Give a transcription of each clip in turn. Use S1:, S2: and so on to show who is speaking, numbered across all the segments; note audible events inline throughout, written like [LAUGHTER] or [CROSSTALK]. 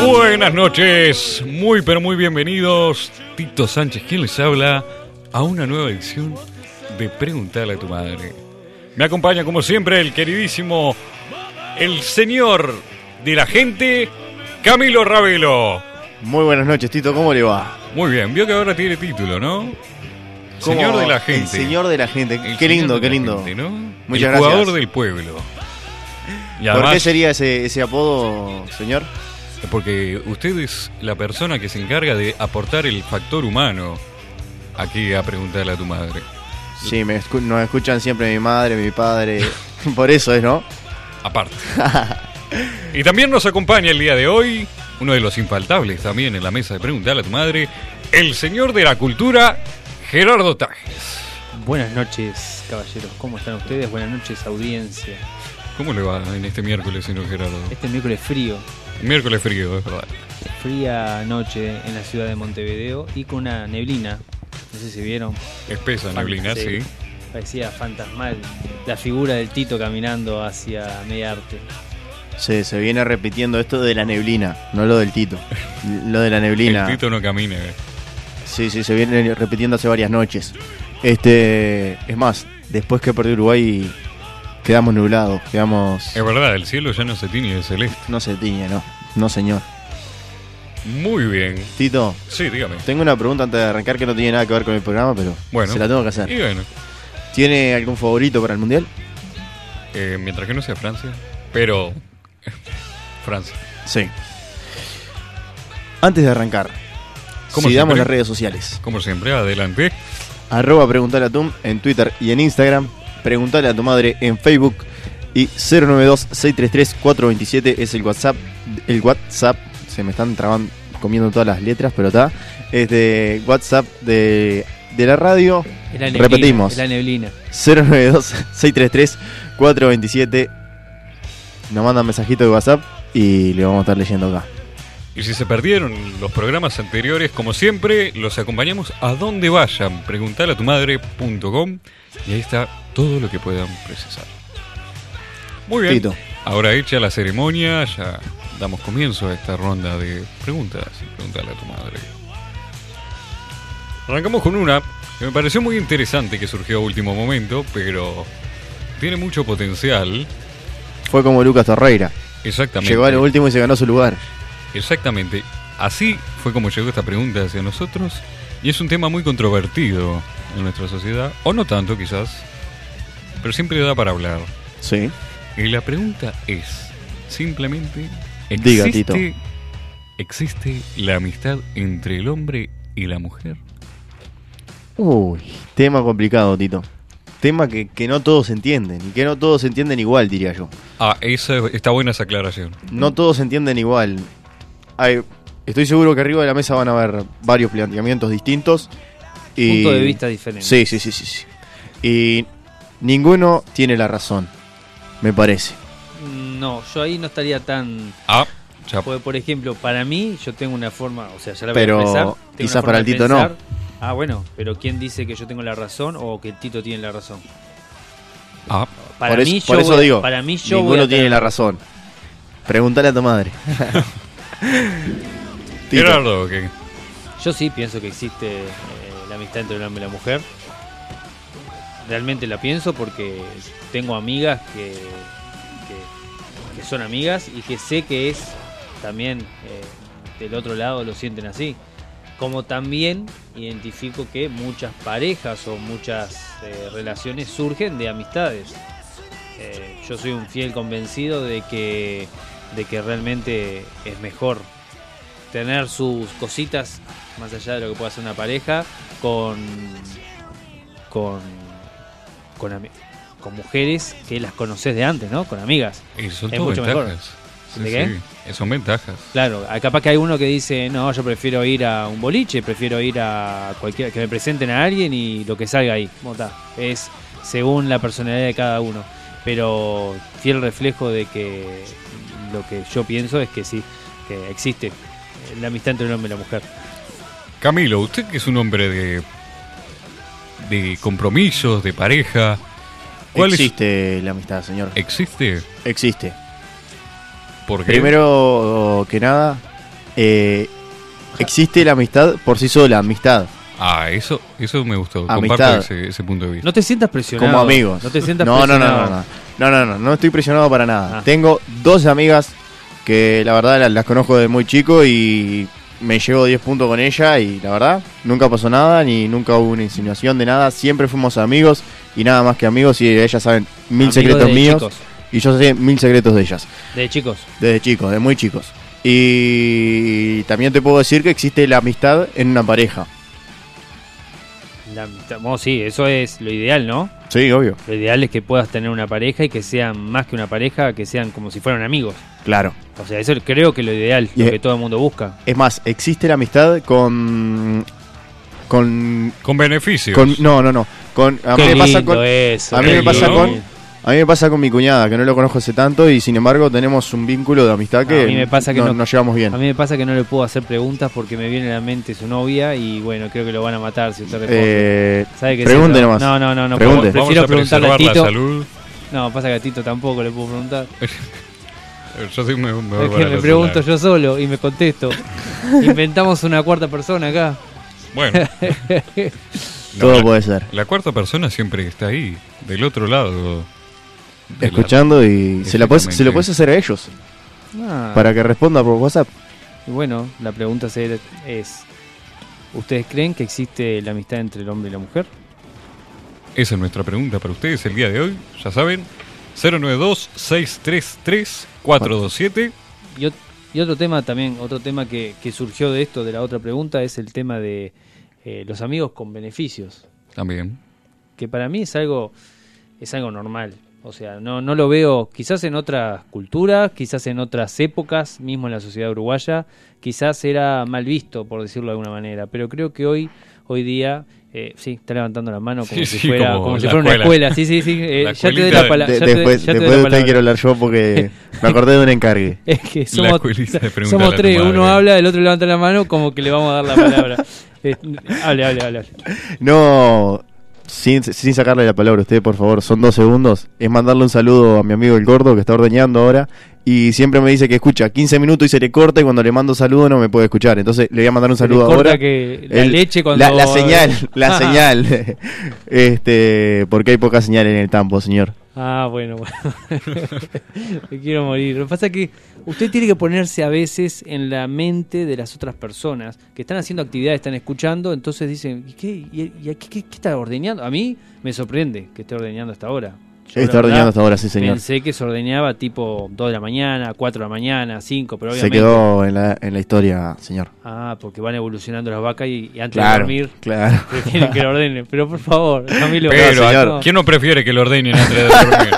S1: Buenas noches, muy pero muy bienvenidos. Tito Sánchez, quien les habla a una nueva edición de Preguntarle a tu madre. Me acompaña como siempre el queridísimo, el señor de la gente, Camilo Ravelo.
S2: Muy buenas noches, Tito, ¿cómo le va?
S1: Muy bien, vio que ahora tiene título, ¿no?
S2: ¿Cómo
S1: Señor
S2: va?
S1: de la
S2: El
S1: gente.
S2: señor de la gente.
S1: El
S2: qué
S1: señor
S2: lindo,
S1: de
S2: qué
S1: la
S2: lindo.
S1: gente, ¿no?
S2: Muchas
S1: el
S2: gracias.
S1: jugador del pueblo. Y
S2: ¿Por qué
S1: además,
S2: sería ese, ese apodo, señor?
S1: porque usted es la persona que se encarga de aportar el factor humano aquí a preguntarle a tu madre.
S2: Sí, me escu- nos escuchan siempre mi madre, mi padre. [LAUGHS] Por eso es, ¿no?
S1: Aparte. y también nos acompaña el día de hoy, uno de los infaltables también en la mesa de preguntarle a tu madre, el señor de la cultura, Gerardo Tajes.
S3: Buenas noches, caballeros. ¿Cómo están ustedes? Buenas noches, audiencia.
S1: ¿Cómo le va en este miércoles, señor Gerardo?
S3: Este miércoles frío,
S1: Miércoles frío, es verdad.
S3: fría noche en la ciudad de Montevideo y con una neblina. No sé si vieron.
S1: Espesa neblina, sí.
S3: Sí. Parecía fantasmal la figura del Tito caminando hacia Mediarte.
S2: Se, se viene repitiendo esto de la neblina, no lo del Tito. Lo de la neblina.
S1: El Tito no camina. eh.
S2: Sí, sí, se viene repitiendo hace varias noches. Este, es más, después que perdió Uruguay quedamos nublados, quedamos
S1: Es verdad, el cielo ya no se tiñe de celeste.
S2: no se tiñe, no. No, señor.
S1: Muy bien.
S2: Tito,
S1: Sí, dígame.
S2: tengo una pregunta antes de arrancar que no tiene nada que ver con el programa, pero
S1: Bueno.
S2: se la tengo que hacer.
S1: Y bueno,
S2: ¿Tiene algún favorito para el mundial?
S1: eh, mientras que no sea Francia, pero [LAUGHS] Francia.
S2: Sí. Antes de arrancar,
S1: Como
S2: sigamos
S1: siempre.
S2: las redes sociales.
S1: Como siempre, adelante.
S2: Arroba Preguntale a Tum en Twitter y en Instagram. Preguntale a tu madre en Facebook. Y 092-633-427 es el WhatsApp. El WhatsApp. Se me están trabando, comiendo todas las letras, pero está. Es de WhatsApp de, de la radio.
S3: Es la neblina,
S2: Repetimos.
S3: es la neblina.
S2: 092-633-427. Nos manda un mensajito de WhatsApp y le vamos a estar leyendo acá.
S1: Y si se perdieron los programas anteriores, como siempre, los acompañamos a donde vayan. Preguntale a tu madre.com y ahí está todo lo que puedan precisar. Muy bien.
S2: Tito.
S1: Ahora hecha la ceremonia, ya damos comienzo a esta ronda de preguntas. Preguntale a tu madre. Arrancamos con una que me pareció muy interesante que surgió a último momento, pero tiene mucho potencial.
S2: Fue como Lucas Torreira.
S1: Exactamente.
S2: Llegó al último y se ganó su lugar.
S1: Exactamente. Así fue como llegó esta pregunta hacia nosotros y es un tema muy controvertido en nuestra sociedad, o no tanto quizás, pero siempre da para hablar.
S2: Sí.
S1: Y la pregunta es, simplemente,
S2: Diga,
S1: ¿existe,
S2: Tito.
S1: ¿existe la amistad entre el hombre y la mujer?
S2: Uy, tema complicado, Tito. Tema que, que no todos entienden. Y que no todos entienden igual, diría yo.
S1: Ah, esa, está buena esa aclaración.
S3: Mm.
S2: No todos entienden igual. Hay- estoy seguro que arriba de la mesa van a haber varios planteamientos distintos. Y...
S3: Punto de vista diferente.
S2: Sí, sí, sí, sí, sí. Y ninguno tiene la razón, me parece.
S3: Mm, No, yo ahí no estaría tan.
S1: Ah, ya.
S3: Porque, por ejemplo, para mí, yo tengo una forma, o sea, ya la
S2: Pero
S3: voy a expresar. tengo una
S2: quizás
S3: forma
S2: para el
S3: de
S2: Tito no.
S3: pensar. Ah, bueno, pero ¿quién dice que yo tengo la razón o que el Tito tiene la razón?
S1: Ah,
S3: Para
S2: por es-
S3: mí,
S2: por
S3: yo
S2: eso
S3: voy a-
S2: digo,
S3: para mí yo voy
S2: ninguno
S3: a
S2: tiene
S3: tener-
S2: la razón. Pregúntale a tu madre. Tito,
S1: Gerardo, que
S3: Yo sí pienso que existe eh, la amistad entre el hombre y la mujer. Realmente la pienso porque tengo amigas que, que- que son amigas y que sé que es también eh, del otro lado lo sienten así. Como también identifico que muchas parejas o muchas eh, relaciones surgen de amistades. Eh, yo soy un fiel convencido de que, de que realmente es mejor tener sus cositas más allá de lo que pueda hacer una pareja con con con, ami- con mujeres que las conoces de antes, ¿no? Con amigas.
S1: y eh, son
S3: Es
S1: todo
S3: mucho mejor.
S1: ventajas. Sí,
S3: ¿De qué?
S1: sí, son ventajas.
S3: Claro, ah, capaz que hay uno que dice, no, yo prefiero ir a un boliche, prefiero ir a cualquier, que me presenten a alguien y lo que salga ahí. Bueno, está, es según la personalidad de cada uno. Pero fiel reflejo de que lo que yo pienso es que sí, que existe la amistad entre el hombre y la mujer.
S1: Camilo, usted que es un hombre de, de compromisos, de pareja, [LAUGHS] ¿cuál es- ¿Eh?
S2: existe la amistad, señor.
S1: existe?
S2: Existe.
S1: ¿Por qué?
S2: Primero que nada, eh, existe la amistad por sí sola, amistad.
S1: Ah, eso, eso me gustó. Comparto
S2: Amistad.
S1: ese, ese punto de vista.
S3: No te sientas presionado.
S2: Como amigos.
S3: No te sientas
S2: no, no, no,
S3: presionado.
S2: no, no, no, no, no, no estoy presionado para nada.
S3: Ah.
S2: Tengo dos amigas que la verdad las, las conozco desde muy chico y me llevo 10 puntos con ella y la verdad nunca pasó nada ni nunca hubo una insinuación de nada. Siempre fuimos amigos y nada más que amigos y ellas saben mil
S3: Amigos
S2: secretos
S3: de
S2: míos
S3: chicos,
S2: y yo sé mil secretos de ellas.
S3: de chicos.
S2: Desde chicos, de muy chicos. Y también te puedo decir que existe la amistad en una pareja.
S3: La amistad- bueno, sí, eso es lo ideal, ¿no?
S2: Sí, obvio.
S3: Lo ideal es que puedas tener una pareja y que sean más que una pareja, que sean como si fueran amigos.
S2: Claro.
S3: O sea, eso creo que es lo ideal,
S2: Y-
S3: lo que todo el mundo busca.
S2: Es más, existe la amistad con. Con.
S1: Con beneficios.
S2: con- no, no, no. Con, a, mí
S3: Qué
S2: me pasa
S3: lindo eh.
S2: con,
S3: eso,
S2: a mí
S3: qué
S2: me pasa
S3: lindo.
S2: con- a mí me pasa con mi cuñada, que no lo conozco hace tanto y sin embargo tenemos un vínculo de amistad que,
S3: A mí me pasa que
S2: no-
S3: no-
S2: nos llevamos bien.
S3: A mí me pasa que no le puedo hacer preguntas porque me viene a la mente su novia y bueno, creo que lo van a matar si usted responde.
S2: Eh,
S3: ¿Sabe qué es
S2: pregunte
S3: eso?
S2: nomás.
S3: No, no, no, no.
S1: Vamos-
S2: pregunte.
S3: Prefiero
S1: Vamos a
S3: preguntarle a
S1: preservar la
S3: Tito.
S1: salud.
S3: No, pasa que a Tito tampoco le puedo preguntar.
S1: Eh, Yo soy me, me,
S3: es que me pregunto yo solo y
S1: [LAUGHS]
S3: me contesto. Inventamos una cuarta persona acá.
S1: Bueno.
S2: [LAUGHS]
S1: No,
S2: Todo
S1: la-
S2: puede ser.
S1: La cuarta persona siempre está ahí, del otro lado. de la-
S2: Escuchando y se, la podés- se lo
S1: Exactamente.
S2: puedes hacer a ellos
S3: Ah,
S2: para que responda por WhatsApp.
S3: y bueno, la pregunta se- es: ¿Ustedes creen que existe la amistad entre el hombre y la mujer?
S1: Esa es nuestra pregunta para ustedes el día de hoy. Ya saben, 092-633-427.
S3: Y, ot- y otro tema también, otro tema que, que surgió de esto, de la otra pregunta, es el tema de eh, los amigos con beneficios.
S1: También.
S3: que para mí es algo es algo normal. O sea, no, no lo veo quizás en otras culturas, quizás en otras épocas, mismo en la sociedad uruguaya, quizás era mal visto, por decirlo de alguna manera, pero creo que hoy hoy día, eh, sí, está levantando la mano como
S1: Sí,
S3: si
S1: sí,
S3: fuera,
S1: como
S3: como si
S1: la
S3: fuera una
S1: escuela.
S3: escuela, sí, sí, sí, eh,
S1: La
S3: ya te doy la,
S1: escuelita
S3: pala-
S2: De-
S3: ya te-
S2: después
S3: ya
S2: después
S3: te doy
S2: de
S3: la
S2: usted
S3: palabra.
S2: quiero hablar yo
S3: [LAUGHS]
S2: porque me acordé de un encargue.
S3: Es que
S1: La
S3: somos,
S1: escuelita de preguntarle
S3: somos
S1: a tu
S3: tres,
S1: madre.
S3: uno habla, el otro levanta la mano, como que le vamos a dar la palabra. [LAUGHS] Eh, hable, hable, hable. hable.
S2: No, sin, sin sacarle la palabra a usted, por favor, son dos segundos. Es mandarle un saludo a mi amigo el gordo que está ordeñando ahora. Y siempre me dice que escucha 15 minutos y se le corta. Y cuando le mando saludo no me puede escuchar. Entonces le voy a mandar un
S3: Se le
S2: saludo
S3: corta
S2: ahora.
S3: que la
S2: El-
S3: leche cuando-
S2: La, la
S3: [LAUGHS]
S2: señal, la
S3: Ah.
S2: señal. [LAUGHS] este, porque hay poca señal en el campo, señor.
S3: Ah, bueno, [LAUGHS] bueno. Me quiero morir. Lo que pasa es que usted tiene que ponerse a veces en la mente de las otras personas que están haciendo actividades, están escuchando, entonces dicen, ¿y qué, y, y- qué, qué- qué está ordeñando? A mí me sorprende que esté ordeñando hasta ahora. Yo, la
S2: Está
S3: verdad,
S2: ordeñando hasta ahora, sí, señor.
S3: Pensé que se ordeñaba tipo 2 de la mañana, 4 de la mañana, 5, pero
S2: Se
S3: obviamente...
S2: quedó en la, en la historia, señor.
S3: Ah, porque van evolucionando las vacas y, y antes de
S2: Claro,
S3: dormir
S2: claro.
S3: prefieren que lo ordenen. Pero
S2: [LAUGHS]
S3: por favor, Camilo,
S1: Pero,
S2: señor.
S1: ¿a- ¿quién no prefiere que lo ordenen antes de
S2: [LAUGHS]
S1: dormir?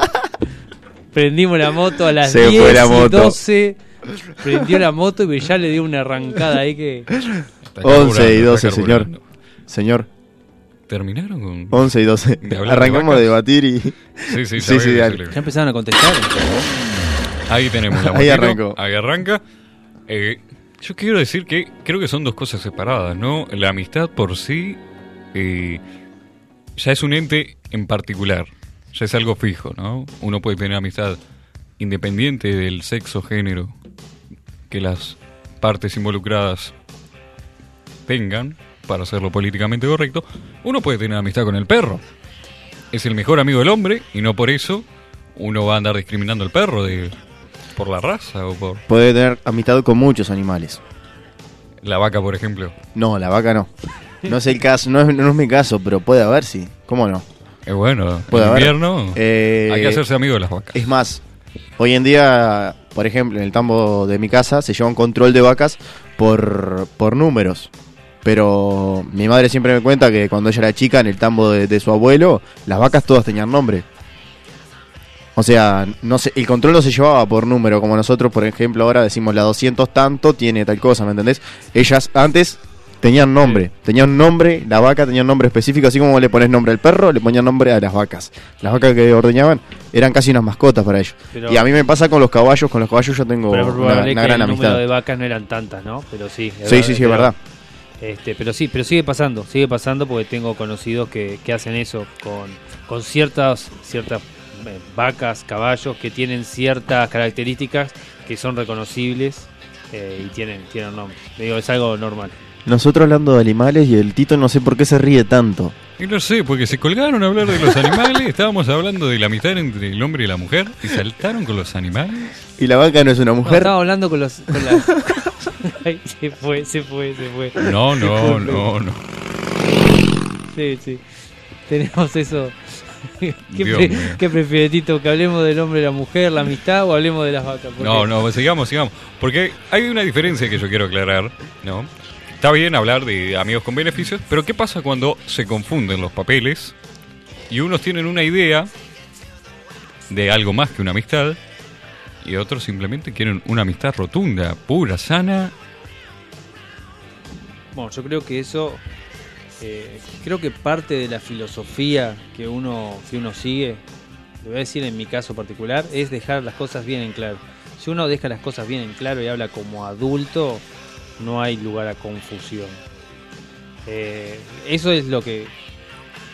S3: Prendimos la moto a las
S2: Se
S3: 10
S2: fue la moto.
S3: y 12. Prendió la moto y ya le dio una arrancada ahí que...
S1: Está
S2: 11 y
S1: carburando,
S2: 12,
S1: está
S2: señor.
S1: carburando.
S2: Señor,
S1: ¿Terminaron con...?
S2: 11 y 12.
S1: ¿De hablar de
S2: Arrancamos
S1: vacas?
S2: de debatir y.
S1: Sí, sí, sabía
S2: Sí, sí,
S1: que se
S2: dale.
S1: le-
S3: Ya empezaron a contestar.
S1: Ahí tenemos la
S2: Ahí
S1: motito,
S2: arrancó.
S1: Ahí arranca. Eh, yo quiero decir que creo que son dos cosas separadas, ¿no? La amistad por sí eh, ya es un ente en particular, ya es algo fijo, ¿no? Uno puede tener amistad independiente del sexo, género que las partes involucradas tengan, para hacerlo políticamente correcto. Uno puede tener amistad con el perro. Es el mejor amigo del hombre y no por eso uno va a andar discriminando al perro de, por la raza o por
S2: Puede tener amistad con muchos animales.
S1: la vaca, por ejemplo.
S2: No, la vaca no. No es el caso, no es, no es mi caso, pero puede haber, sí. ¿Cómo no?
S1: Es bueno,
S2: Puede
S1: en
S2: haber.
S1: invierno
S2: Eh,
S1: hay que hacerse amigo de las vacas.
S2: Es más, hoy en día, por ejemplo, en el tambo de mi casa se lleva un control de vacas por, por números. Pero mi madre siempre me cuenta que cuando ella era chica, en el tambo de, de su abuelo, las vacas todas tenían nombre. O sea, no se- el control no se llevaba por número, como nosotros, por ejemplo, ahora decimos la 200 tanto tiene tal cosa, ¿me entendés? Ellas antes tenían nombre, tenían nombre, la vaca tenía un nombre específico, así como le pones nombre al perro, le ponían nombre a las vacas. Las vacas que ordeñaban eran casi unas mascotas para ellos.
S3: Pero-
S2: y a mí me pasa con los caballos, con los caballos yo tengo
S3: Pero
S2: una,
S3: es probable
S2: una
S3: que
S2: gran
S3: el número
S2: amistad.
S3: de vacas no eran tantas, ¿no? Pero sí. es
S2: Sí, sí, sí, es
S3: pero-
S2: verdad.
S3: Este, pero sí, pero sigue pasando, sigue pasando porque tengo conocidos que, que hacen eso con, con ciertas, ciertas eh, vacas, caballos que tienen ciertas características que son reconocibles eh, y tienen, tienen nombre. Digo, es algo normal.
S2: Nosotros hablando de animales y el Tito no sé por qué se ríe tanto.
S1: Y no sé, porque se colgaron a hablar de los animales, estábamos hablando de la amistad entre el hombre y la mujer, y saltaron con los animales.
S2: Y la vaca no es una
S3: No,
S2: mujer.
S3: estaba hablando con los. con las- [LAUGHS] Ay, se fue, se fue, se fue.
S1: No, no, no, no.
S3: Sí, sí. Tenemos eso. [LAUGHS] ¿Qué,
S1: Dios
S3: pre-
S1: mío.
S3: qué prefiere, Tito? ¿Que hablemos del hombre y la mujer, la amistad o hablemos de las vacas? Porque-
S1: No, no, sigamos, sigamos. Porque hay una diferencia que yo quiero aclarar, ¿no? Está bien hablar de amigos con beneficios, pero ¿qué pasa cuando se confunden los papeles y unos tienen una idea de algo más que una amistad y otros simplemente quieren una amistad rotunda, pura, sana?
S3: Bueno, yo creo que eso, eh, creo que parte de la filosofía que uno, que uno sigue, le voy a decir en mi caso particular, es dejar las cosas bien en claro. Si uno deja las cosas bien en claro y habla como adulto, no hay lugar a confusión. Eh, eso es lo que,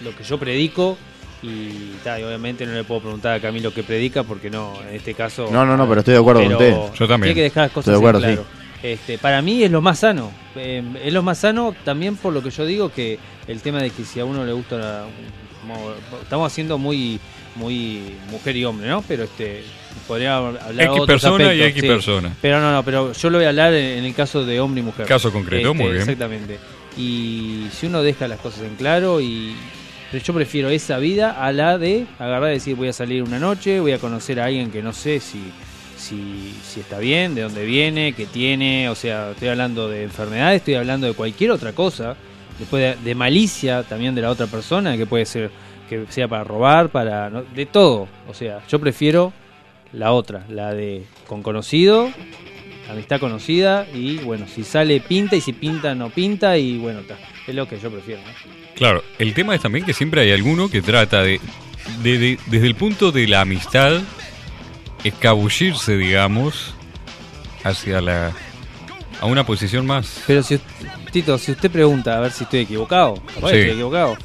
S3: lo que yo predico y, ta, y obviamente no le puedo preguntar a Camilo qué predica porque no, en este caso...
S2: No, no, no, pero estoy de acuerdo con
S3: Pero
S2: usted.
S1: Yo también.
S3: Tiene que dejar las cosas
S2: Estoy de acuerdo,
S3: en claro. Este, para mí es lo más sano. Eh, es lo más sano también por lo que yo digo que el tema de que si a uno le gusta la- como- estamos haciendo muy muy mujer y hombre, ¿no? Pero este podría hablar de
S1: X
S3: otros
S1: persona y
S3: aspectos,
S1: X
S3: sí.
S1: persona.
S3: Pero no, no, pero yo lo voy a hablar en, en el caso de hombre y mujer.
S1: Caso concreto,
S3: Este,
S1: muy bien.
S3: Exactamente. Y si uno deja las cosas en claro y pero yo prefiero esa vida a la de agarrar y decir voy a salir una noche, voy a conocer a alguien que no sé si si, si está bien, de dónde viene, qué tiene, o sea, estoy hablando de enfermedades, estoy hablando de cualquier otra cosa, después de, de malicia también de la otra persona, que puede ser que sea para robar, para no- de todo, o sea, yo prefiero la otra, la de con conocido, amistad conocida y bueno, si sale pinta y si pinta no pinta y bueno, ta, es lo que yo prefiero. ¿no?
S1: Claro, el tema es también que siempre hay alguno que trata de, de- de- desde el punto de la amistad, escabullirse, digamos, hacia la a una posición más.
S3: Pero si Tito, si usted pregunta a ver si estoy equivocado, capaz que
S1: Sí.
S3: estoy equivocado.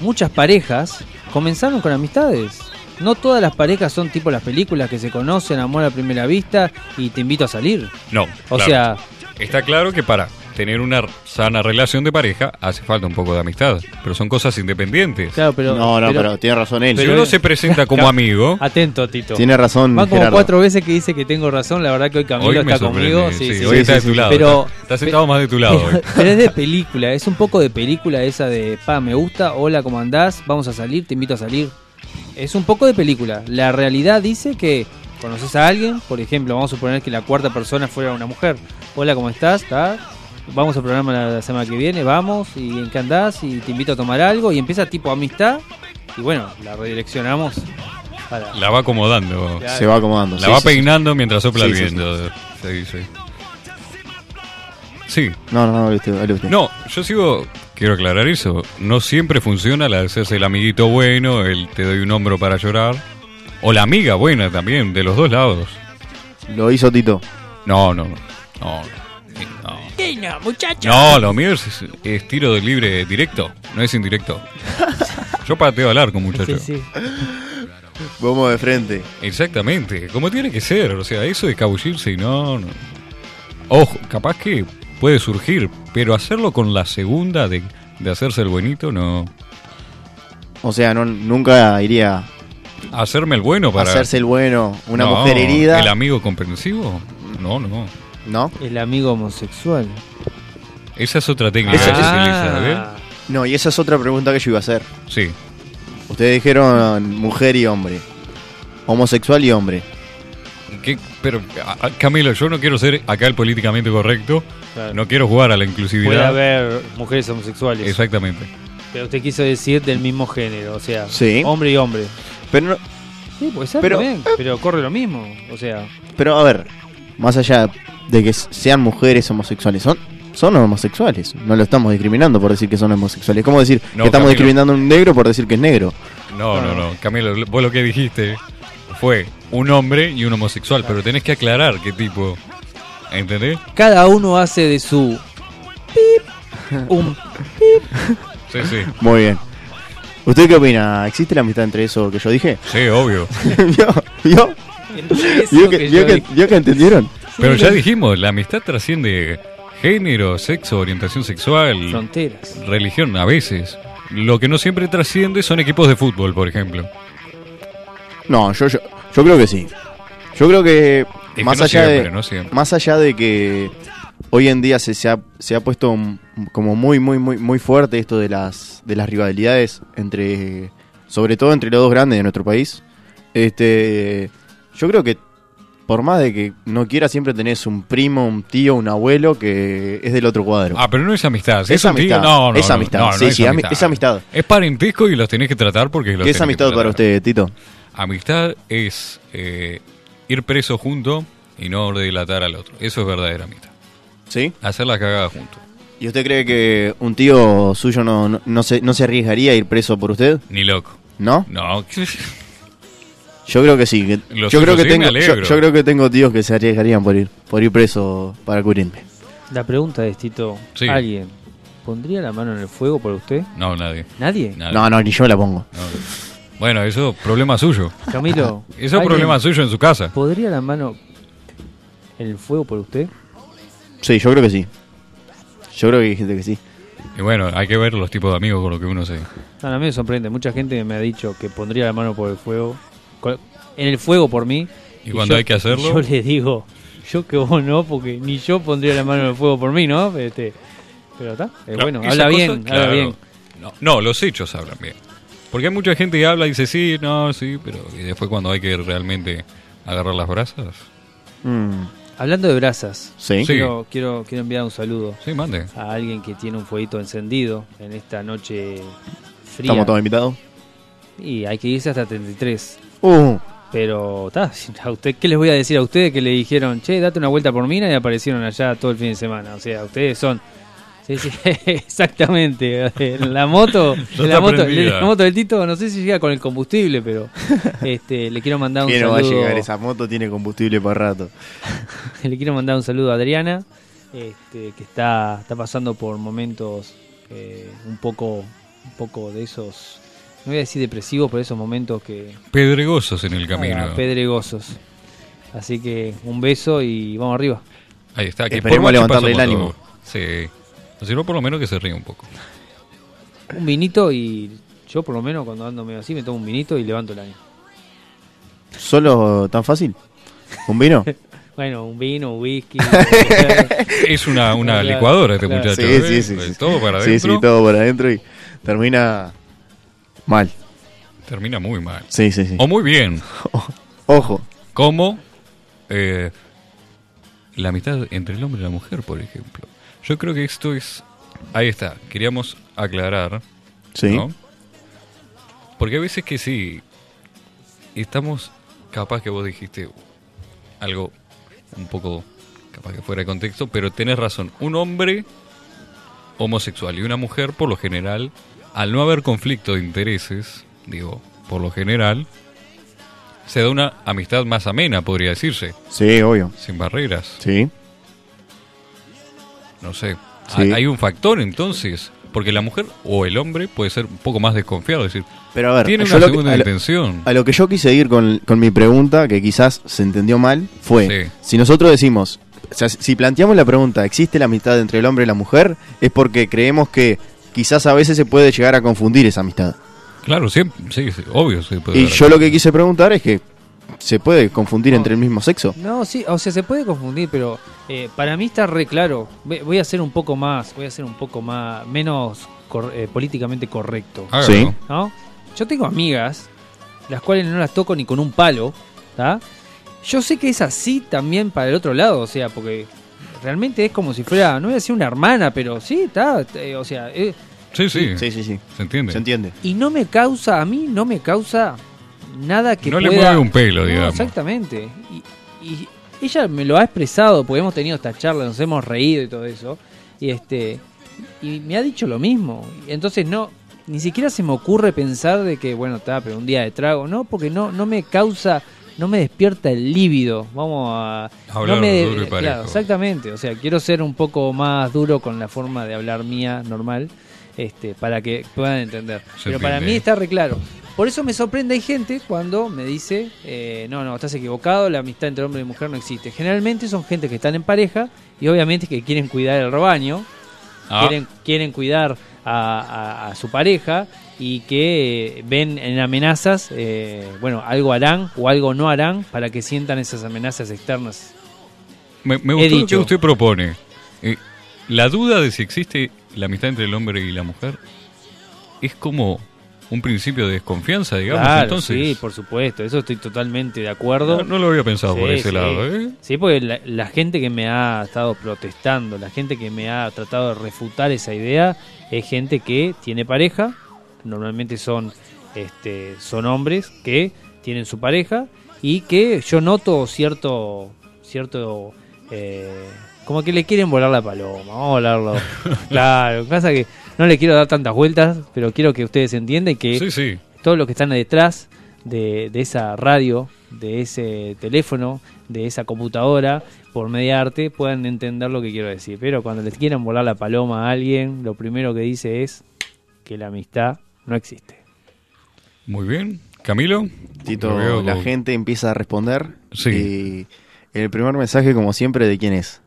S3: Muchas parejas comenzaron con amistades. No todas las parejas son tipo las películas que se conocen, amor a primera vista y te invito a salir.
S1: No,
S3: O
S1: claro.
S3: sea,
S1: está claro que para tener una sana relación de pareja hace falta un poco de amistad, pero son cosas independientes.
S3: claro, pero
S2: no, no, pero, tiene razón él.
S1: si
S3: pero- Ah,
S1: uno se presenta
S3: [LAUGHS]
S1: como amigo,
S3: atento, Tito.
S2: tiene razón
S3: Van como
S2: Gerardo.
S3: cuatro veces que dice que tengo razón, la verdad que hoy Camilo
S1: hoy me
S3: está
S1: sorprende.
S3: conmigo.
S1: sí, hoy está de tu lado.
S3: Pero,
S1: está, está sentado más de tu lado. hoy.
S3: Pero, [LAUGHS] pero es de película, es un poco de película esa de, pa, me gusta, hola, ¿cómo andás? Vamos a salir, te invito a salir. Es un poco de película. La realidad dice que conoces a alguien, por ejemplo, vamos a suponer que la cuarta persona fuera una mujer. Hola, ¿cómo estás? ¿Tá? Vamos al programa la, la semana que viene, vamos, y en qué andás, y te invito a tomar algo, y empieza tipo amistad, y bueno, la redireccionamos para...
S1: La va
S3: [LAUGHS]
S1: acomodando.
S2: Se va acomodando.
S1: La
S2: sí,
S1: va
S2: sí, sí.
S1: peinando mientras sopla
S2: Sí,
S1: el
S2: sí,
S1: viento. Sí, sí. Sí.
S2: No, no, no, dale usted, dale usted.
S1: No, yo sigo. Quiero aclarar eso. No siempre funciona la de hacerse el amiguito bueno, el te doy un hombro para llorar. O la amiga buena también, de los dos lados.
S2: Lo hizo Tito.
S1: No, no, no. No, no. No, lo mío es, es tiro de libre directo, no es indirecto.
S3: [LAUGHS]
S1: Yo pateo al arco, muchacho.
S3: Sí, sí.
S2: Vamos de frente.
S1: Exactamente, como tiene que ser, o sea, eso de escabullirse y no, no. Ojo, capaz que puede surgir, pero hacerlo con la segunda de, de hacerse el buenito, no.
S2: O sea, no, nunca iría
S1: Hacerme el bueno
S2: a
S1: para.
S2: hacerse el bueno. Una
S1: No,
S2: mujer herida.
S1: ¿El amigo comprensivo? No, no.
S2: ¿No?
S3: El amigo homosexual.
S1: Esa es otra técnica
S2: Esa-
S1: que se utiliza,
S3: Ah.
S1: ¿eh?
S2: No, y esa es otra pregunta que yo iba a hacer.
S1: Sí.
S2: Ustedes dijeron mujer y hombre. Homosexual y hombre.
S1: ¿Qué? Pero, a- a- Camilo, yo no quiero ser acá el políticamente correcto,
S3: Claro.
S1: no quiero jugar a la
S3: Puede
S1: inclusividad.
S3: haber mujeres homosexuales.
S1: Exactamente.
S3: Pero usted quiso decir del mismo género, o sea,
S2: Sí.
S3: hombre y hombre.
S2: Pero, no-
S3: Sí, puede ser,
S2: Pero- eh,
S3: pero, pero corre lo mismo. O sea,
S2: pero a ver, más allá de que s- sean mujeres homosexuales, son, son homosexuales. No lo estamos discriminando por decir que son homosexuales. ¿Cómo decir
S1: No,
S2: que estamos
S1: Camilo.
S2: discriminando a un negro por decir que es negro?
S1: No, no, no, Camilo, lo- vos lo que dijiste fue un hombre y un homosexual, pero tenés que aclarar qué tipo. ¿Entendés?
S3: cada uno hace de su pip [LAUGHS] un
S1: Sí, sí,
S2: Muy bien. ¿Usted qué opina? ¿Existe la amistad entre eso que yo dije? [LAUGHS]
S1: sí, obvio.
S2: ¿Vio? ¿Vio?
S3: Entonces,
S2: ¿Vio
S3: eso
S2: que,
S3: que
S2: vio
S3: yo
S2: que-
S3: dije-
S2: vio que entendieron?
S1: Pero ya dijimos, la amistad trasciende género, sexo, orientación sexual,
S3: Fronteras.
S1: religión a veces. Lo que no siempre trasciende son equipos de fútbol, por ejemplo.
S2: No, yo, yo, yo creo que sí. Yo creo que
S1: que
S2: más
S1: no
S2: allá
S1: siempre,
S2: de
S1: no siempre.
S2: más allá de que hoy en día se, se ha, se ha puesto m- como muy muy muy muy fuerte esto de las de las rivalidades entre sobre todo entre los dos grandes de nuestro país. Este, yo creo que por más de que no quiera siempre tenés un primo, un tío, un abuelo que es del otro cuadro.
S1: Ah, pero no es amistad. Si es
S2: Es
S1: un tío,
S2: amistad,
S1: no, no,
S2: es
S1: no,
S2: amistad.
S1: no, no
S2: Sí, sí, ami- es amistad.
S1: Es parentesco y los tenés que tratar porque los
S2: ¿Qué
S1: tenés
S2: es
S1: que
S2: amistad para
S1: tratar.
S2: usted, Tito?
S1: Amistad es eh, ir preso junto y no dilatar al otro. Eso es verdadera amistad.
S2: ¿Sí?
S1: Hacer las cagadas juntos.
S2: ¿Y usted cree que un tío suyo no, no, no se, no se arriesgaría a ir preso por usted?
S1: Ni loco.
S2: ¿No?
S1: No,
S2: Yo creo que sí. que-
S1: Lo
S2: yo, creo
S1: suyo
S2: que
S1: sí,
S2: tengo,
S1: me
S2: yo,
S1: alegro.
S2: yo creo que tengo tíos que se arriesgarían por ir, por ir preso para cubrirme.
S3: La pregunta es, Tito,
S1: Sí.
S3: ¿alguien pondría la mano en el fuego por usted?
S1: no, nadie.
S3: ¿Nadie?
S1: Nadie.
S2: No, no, ni yo la pongo.
S1: No. Bueno, eso es problema suyo.
S3: Camilo.
S1: Eso es
S3: ¿alguien
S1: problema suyo en su casa.
S3: ¿Podría la mano en el fuego por usted?
S2: Sí, yo creo que sí. Yo creo que hay gente que sí.
S1: Y bueno, hay que ver los tipos de amigos con los que uno se...
S3: No, a mí me sorprende. Mucha gente me ha dicho que pondría la mano por el fuego. col- En el fuego por mí.
S1: Y cuando hay que hacerlo-
S3: [LAUGHS] Yo le digo, yo que vos no, porque ni yo pondría la mano en el fuego por mí, ¿no? Este, pero está. eh, bueno,
S1: Claro,
S3: habla
S1: esas
S3: bien,
S1: cosas,
S3: habla
S1: claro.
S3: bien.
S1: No, no, los hechos hablan bien. Porque hay mucha gente que habla y dice sí, no, sí, pero y después cuando hay que realmente agarrar las brasas.
S2: Mm,
S3: Hablando de brasas,
S2: sí.
S1: Sí.
S3: quiero, quiero, quiero enviar un saludo
S1: Sí, mande.
S3: a alguien que tiene un fueguito encendido en esta noche fría.
S2: Estamos todos invitados.
S3: Y hay que irse hasta 33.
S2: Uh,
S3: Pero, ta, a usted, ¿qué les voy a decir a ustedes que le dijeron, che, date una vuelta por mina y aparecieron allá todo el fin de semana? O sea, ustedes son. Sí, [LAUGHS] sí, exactamente. La moto,
S1: Ya está
S3: la moto,
S1: prendida.
S3: la moto del Tito, no sé si llega con el combustible, pero este, le quiero mandar un
S2: que no va a
S3: saludo.
S2: llegar esa moto, tiene combustible para rato.
S3: [LAUGHS] Le quiero mandar un saludo a Adriana, este, que está, está pasando por momentos eh, un poco, un poco de esos, no voy a decir depresivos, pero esos momentos que,
S1: Pedregosos en el camino.
S3: Ah, pedregosos. Así que un beso y vamos arriba.
S1: Ahí está. Que
S2: Esperemos
S1: por bache
S2: levantarle el
S1: pasamos
S2: ánimo.
S1: todo. Sí. Nos sirvió por lo menos que se ríe un
S2: [LAUGHS]
S1: poco.
S3: Un vinito y yo por lo menos cuando ando medio así me tomo un vinito y levanto el año.
S2: ¿Solo tan fácil? ¿Un [LAUGHS] vino?
S3: Bueno, un vino, un whisky.
S1: [LAUGHS] Es una, una
S3: Claro,
S1: licuadora este
S3: claro.
S1: muchacho.
S2: Sí,
S1: ¿eh?
S2: sí, sí, sí.
S1: Todo para
S2: Sí,
S1: adentro.
S2: sí, todo para adentro y termina mal.
S1: Termina muy mal.
S2: Sí, sí, sí.
S1: O muy bien. Oh.
S2: Ojo.
S1: Como eh, la mitad entre el hombre y la mujer, por ejemplo. Yo creo que esto es. Ahí está. Queríamos aclarar.
S2: Sí.
S1: ¿no? Porque a veces que sí. Estamos. Capaz que vos dijiste algo un poco. Capaz que fuera de contexto, pero tenés razón. Un hombre homosexual y una mujer, por lo general, al no haber conflicto de intereses, digo, por lo general, se da una amistad más amena, podría decirse,
S2: Sí, obvio.
S1: sin barreras.
S2: Sí.
S1: No sé.
S2: Sí.
S1: Hay- Hay un factor entonces, porque la mujer o el hombre puede ser un poco más desconfiado, es decir,
S2: Pero a ver,
S1: tiene
S2: yo
S1: una
S2: lo que-
S1: segunda
S2: a lo-
S1: intención.
S2: A lo que yo quise ir con, con mi pregunta, que quizás se entendió mal, fue,
S1: Sí.
S2: si nosotros decimos, o sea, si planteamos la pregunta, ¿existe la amistad entre el hombre y la mujer? Es porque creemos que quizás a veces se puede llegar a confundir esa amistad.
S1: Claro, siempre, sí, sí, obvio. se puede
S2: y
S1: dar.
S2: yo lo que quise preguntar es que, ¿se puede confundir
S1: Ah.
S3: No.
S2: entre el mismo sexo?
S3: no, sí, o sea, se puede confundir, pero eh, para mí está re claro. Ve- Voy a ser un poco más, voy a ser un poco más, menos cor- eh, políticamente correcto.
S1: Hágalo.
S2: Sí.
S3: ¿no? Yo tengo amigas, las cuales no las toco ni con un palo, ¿tá? Yo sé que es así también para el otro lado, o sea, porque realmente es como si fuera, no voy a decir una hermana, pero sí, está, eh, o sea, eh,
S1: Sí, sí,
S2: Sí, sí, sí.
S1: se entiende.
S2: Se entiende.
S3: y no me causa, a mí no me causa nada que
S1: no
S3: pueda...
S1: le mueve un pelo,
S3: No,
S1: digamos.
S3: exactamente. Y, y ella me lo ha expresado, porque hemos tenido esta charla, nos hemos reído y todo eso. Y este y me ha dicho lo mismo. Y Entonces no ni siquiera se me ocurre pensar de que bueno, está, pero un día de trago, no, porque no no me causa no me despierta el líbido. Vamos a
S1: Hablar
S3: no me-
S1: duro y
S3: claro,
S1: parejo.
S3: exactamente, o sea, quiero ser un poco más duro con la forma de hablar mía normal. Este, para que puedan entender.
S1: Se
S3: Pero para
S1: entiende.
S3: mí está re claro. Por eso me sorprende, hay gente cuando me dice, eh, no, no, estás equivocado, la amistad entre hombre y mujer no existe. Generalmente son gente que están en pareja y obviamente que quieren cuidar el rebaño,
S1: Ah,
S3: quieren, quieren cuidar a, a- a su pareja y que eh, ven en amenazas, eh, bueno, algo harán o algo no harán para que sientan esas amenazas externas.
S1: me, me gustó
S3: he
S1: lo que
S3: dicho.
S1: usted propone. Eh, la duda de si existe la amistad entre el hombre y la mujer es como un principio de desconfianza, digamos.
S3: Claro,
S1: Entonces,
S3: sí, por supuesto, eso estoy totalmente de acuerdo.
S1: no, no lo había pensado por
S3: Sí,
S1: ese
S3: sí.
S1: lado. ¿eh?
S3: Sí, porque la, la gente que me ha estado protestando, la gente que me ha tratado de refutar esa idea, es gente que tiene pareja, normalmente son, este, son hombres que tienen su pareja y que yo noto cierto, cierto, eh, como que le quieren volar la paloma, vamos a volarlo. claro, pasa que no le quiero dar tantas vueltas, pero quiero que ustedes entiendan que
S1: Sí, sí.
S3: todos los que están detrás de, de esa radio, de ese teléfono, de esa computadora, por media arte, puedan entender lo que quiero decir. Pero cuando les quieran volar la paloma a alguien, lo primero que dice es que la amistad no existe.
S1: Muy bien. Camilo. Lo
S2: Tito,
S1: veo
S2: la
S1: con-
S2: gente empieza a responder.
S1: Sí.
S2: Y el primer mensaje, como siempre, ¿de quién es?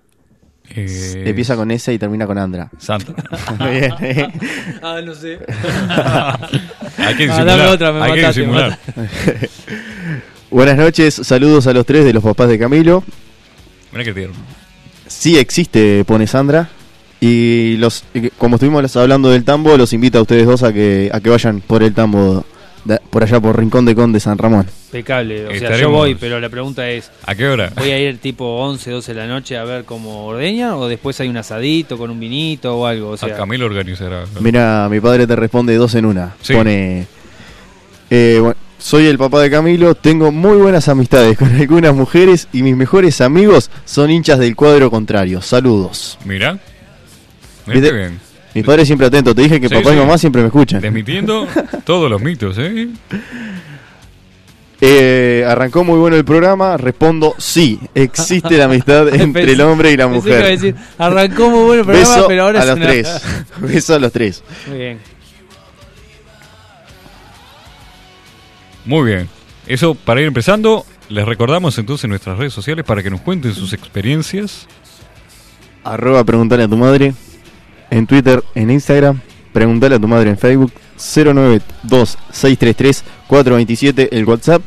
S1: eh,
S2: Empieza con esa y termina
S1: [LAUGHS]
S2: con Andra. [LAUGHS]
S1: Sandra.
S2: Muy bien, ¿eh?
S3: Ah, no sé.
S1: Hay que
S3: Ah,
S1: disimular.
S3: dame otra, me
S1: hay que
S3: mataste, me
S1: disimular.
S2: Buenas noches, saludos a los tres de los papás de Camilo.
S1: Mirá que tierno.
S2: Sí existe, pone Sandra. Y los, y como estuvimos hablando del tambo, los invito a ustedes dos a que, a que vayan por el tambo, de- por allá por Rincón de Conde San Ramón.
S3: Impecable. O sea, yo
S1: Estaremos.
S3: voy, pero la pregunta es,
S1: ¿A qué hora?
S3: ¿voy a ir tipo 11, 12 de la noche a ver cómo ordeña o después hay un asadito con un vinito o algo? O
S1: a
S3: sea, [LAUGHS]
S1: Camilo organizará.
S2: Mira, mi padre te responde dos en una.
S1: Sí.
S2: Pone, eh, bueno, soy el papá de Camilo, tengo muy buenas amistades con algunas mujeres y mis mejores amigos son hinchas del cuadro contrario. Saludos.
S1: Mirá. Mirá
S2: Viste-
S1: qué bien.
S2: Mi padre siempre atento, te dije que
S1: Sí,
S2: papá y
S1: sí.
S2: mamá siempre me escuchan.
S1: Desmitiendo todos los mitos, ¿eh?
S2: Eh, arrancó muy bueno el programa, respondo sí, existe la
S3: [LAUGHS]
S2: amistad entre el hombre y la
S3: pensé que iba a
S2: mujer.
S3: decir, arrancó muy bueno el programa,
S2: Beso
S3: pero ahora
S2: a
S3: es
S2: los
S3: una- [LAUGHS]
S2: tres. [LAUGHS] Beso a los tres.
S3: Muy bien.
S1: Muy bien. Eso para ir empezando. Les recordamos entonces nuestras redes sociales para que nos cuenten sus experiencias.
S2: Arroba preguntale a tu madre. En Twitter, en Instagram. Preguntale a tu madre en Facebook. 092-633-427 el WhatsApp.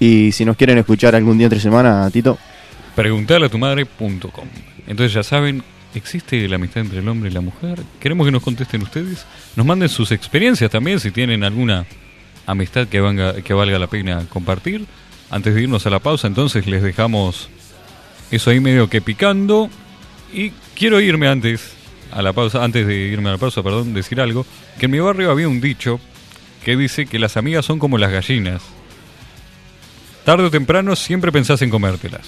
S2: Y si nos quieren escuchar algún día entre semana, Tito.
S1: Preguntale a tu madre.com. Entonces ya saben, ¿existe la amistad entre el hombre y la mujer? Queremos que nos contesten ustedes. Nos manden sus experiencias también si tienen alguna amistad que, valga- que valga la pena compartir. Antes de irnos a la pausa, entonces les dejamos eso ahí medio que picando. Y quiero irme antes a la pausa, antes de irme a la pausa, perdón, decir algo. Que en mi barrio había un dicho que dice que las amigas son como las gallinas. Tarde o temprano siempre pensás en comértelas.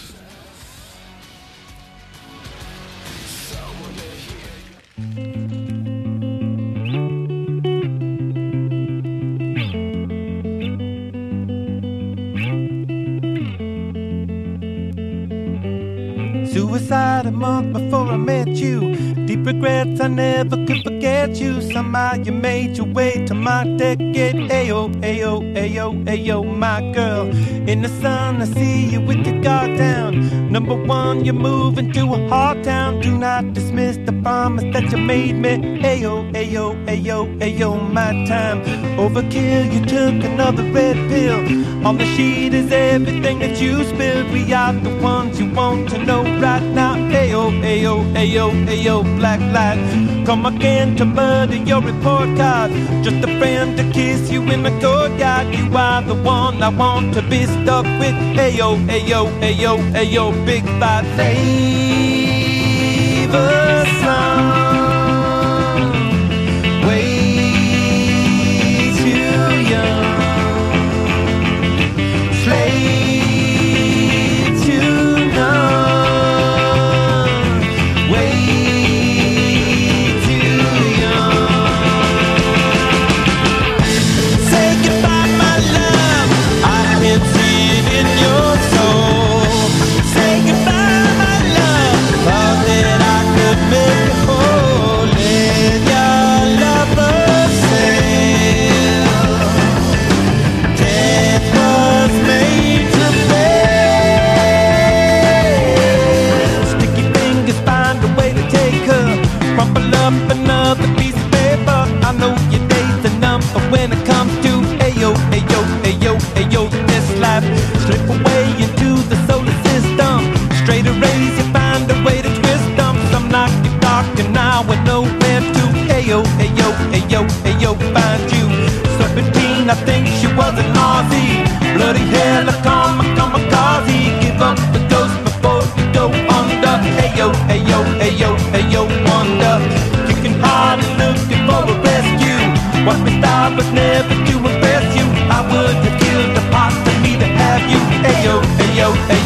S4: Suicide a month before I met you. Deep regrets I never could forget you. Somehow you made your way to my ticket. Ayo, ayo, ayo, ayo, my girl. In the sun, I see you with your guard down. Number one, you're moving to a hard town. Do not dismiss the promise that you made me. Ayo, ayo, ayo, ayo, my time. Overkill, you took another red pill. On the sheet is everything that you spilled. We are the ones you want to know right now. Ayo, ayo, ayo, ayo, black light. Come again to murder your report card. Just a friend to kiss you in the courtyard. You are the one I want to be stuck with. Ayo, ayo, ayo, ayo, big fight. Flavor song. Way too young. Slay too none. Way too young. Say goodbye, my love. I can see it in your soul. Say goodbye, my love. Thought that I could make it whole.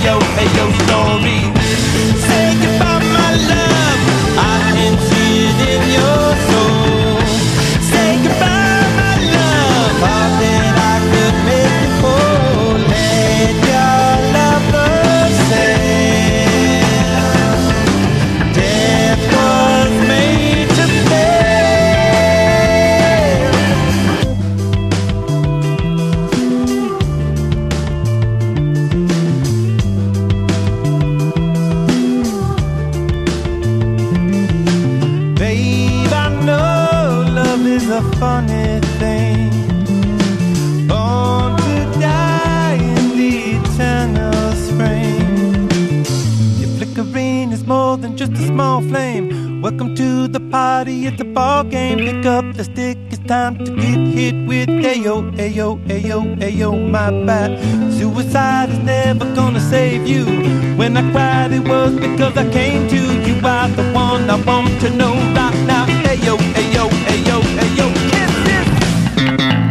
S4: glory. Say goodbye, my love. I can see it in your soul. Say goodbye, my love. Thought that I could make you whole. Let your lover say. Death was made to fail. Babe, I know love is a funny thing. Born to die in the eternal spring. Your flickering is more than just a small flame. Welcome to the party, it's a ball game. Pick up the stick, it's time to get hit with ayo, ayo, ayo, ayo, my bad. Suicide is never gonna save you. When I cried, it was because I came to you. I'm the one I want to know right now. Ayo, ayo, ayo, ayo, kiss this.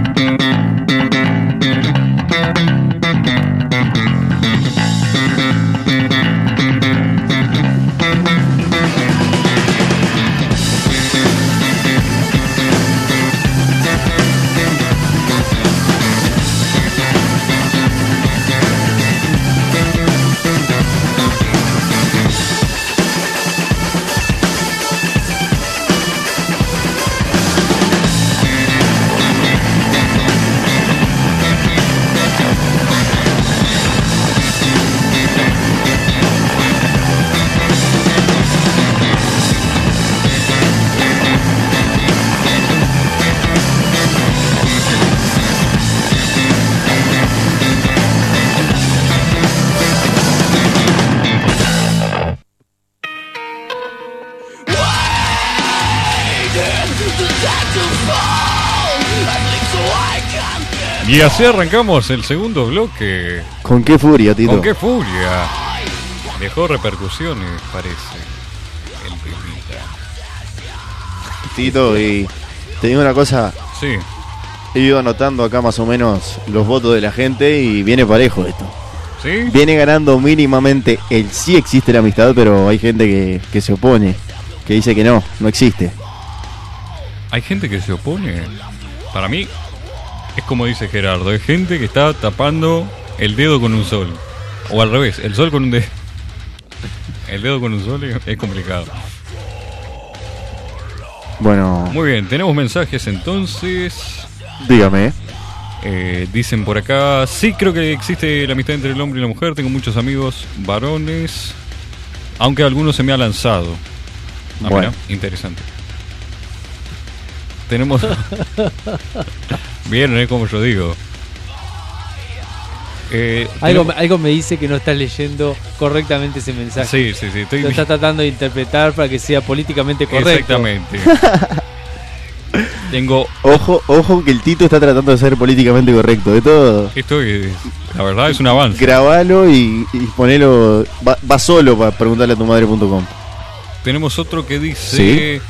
S1: Y así arrancamos el segundo bloque.
S2: ¿Con qué furia, Tito?
S1: ¿Con qué furia? Dejó repercusiones, parece. El temita.
S2: Tito, y te digo una cosa,
S1: Sí,
S2: he ido anotando acá más o menos los votos de la gente y viene parejo esto.
S1: sí.
S2: Viene ganando mínimamente el sí existe la amistad, pero hay gente que, que se opone, que dice que no, no existe.
S1: Hay gente que se opone. Para mí, es como dice Gerardo, hay gente que está tapando el dedo con un sol. O al revés, el sol con un dedo. El dedo con un sol es- es complicado.
S2: Bueno,
S1: Muy bien, tenemos mensajes entonces.
S2: dígame.
S1: Eh, dicen por acá, sí creo que existe la amistad entre el hombre y la mujer, tengo muchos amigos varones, aunque algunos se me ha lanzado. Ah,
S2: Bueno.
S1: mirá, interesante. Tenemos... Vieron, es como yo digo. Eh,
S3: Algo,
S1: tenemos-
S3: algo me dice que no estás leyendo correctamente ese mensaje.
S1: Sí, sí, sí, estoy... [LAUGHS]
S3: Lo estás tratando de interpretar para que sea políticamente correcto.
S1: Exactamente. tengo...
S2: Ojo, ojo que el Tito está tratando de ser políticamente correcto. De todo,
S1: Esto es- La verdad es un avance.
S2: grabalo y, y ponelo. Va, va solo para preguntarle a tu madre.com.
S1: Tenemos otro que dice.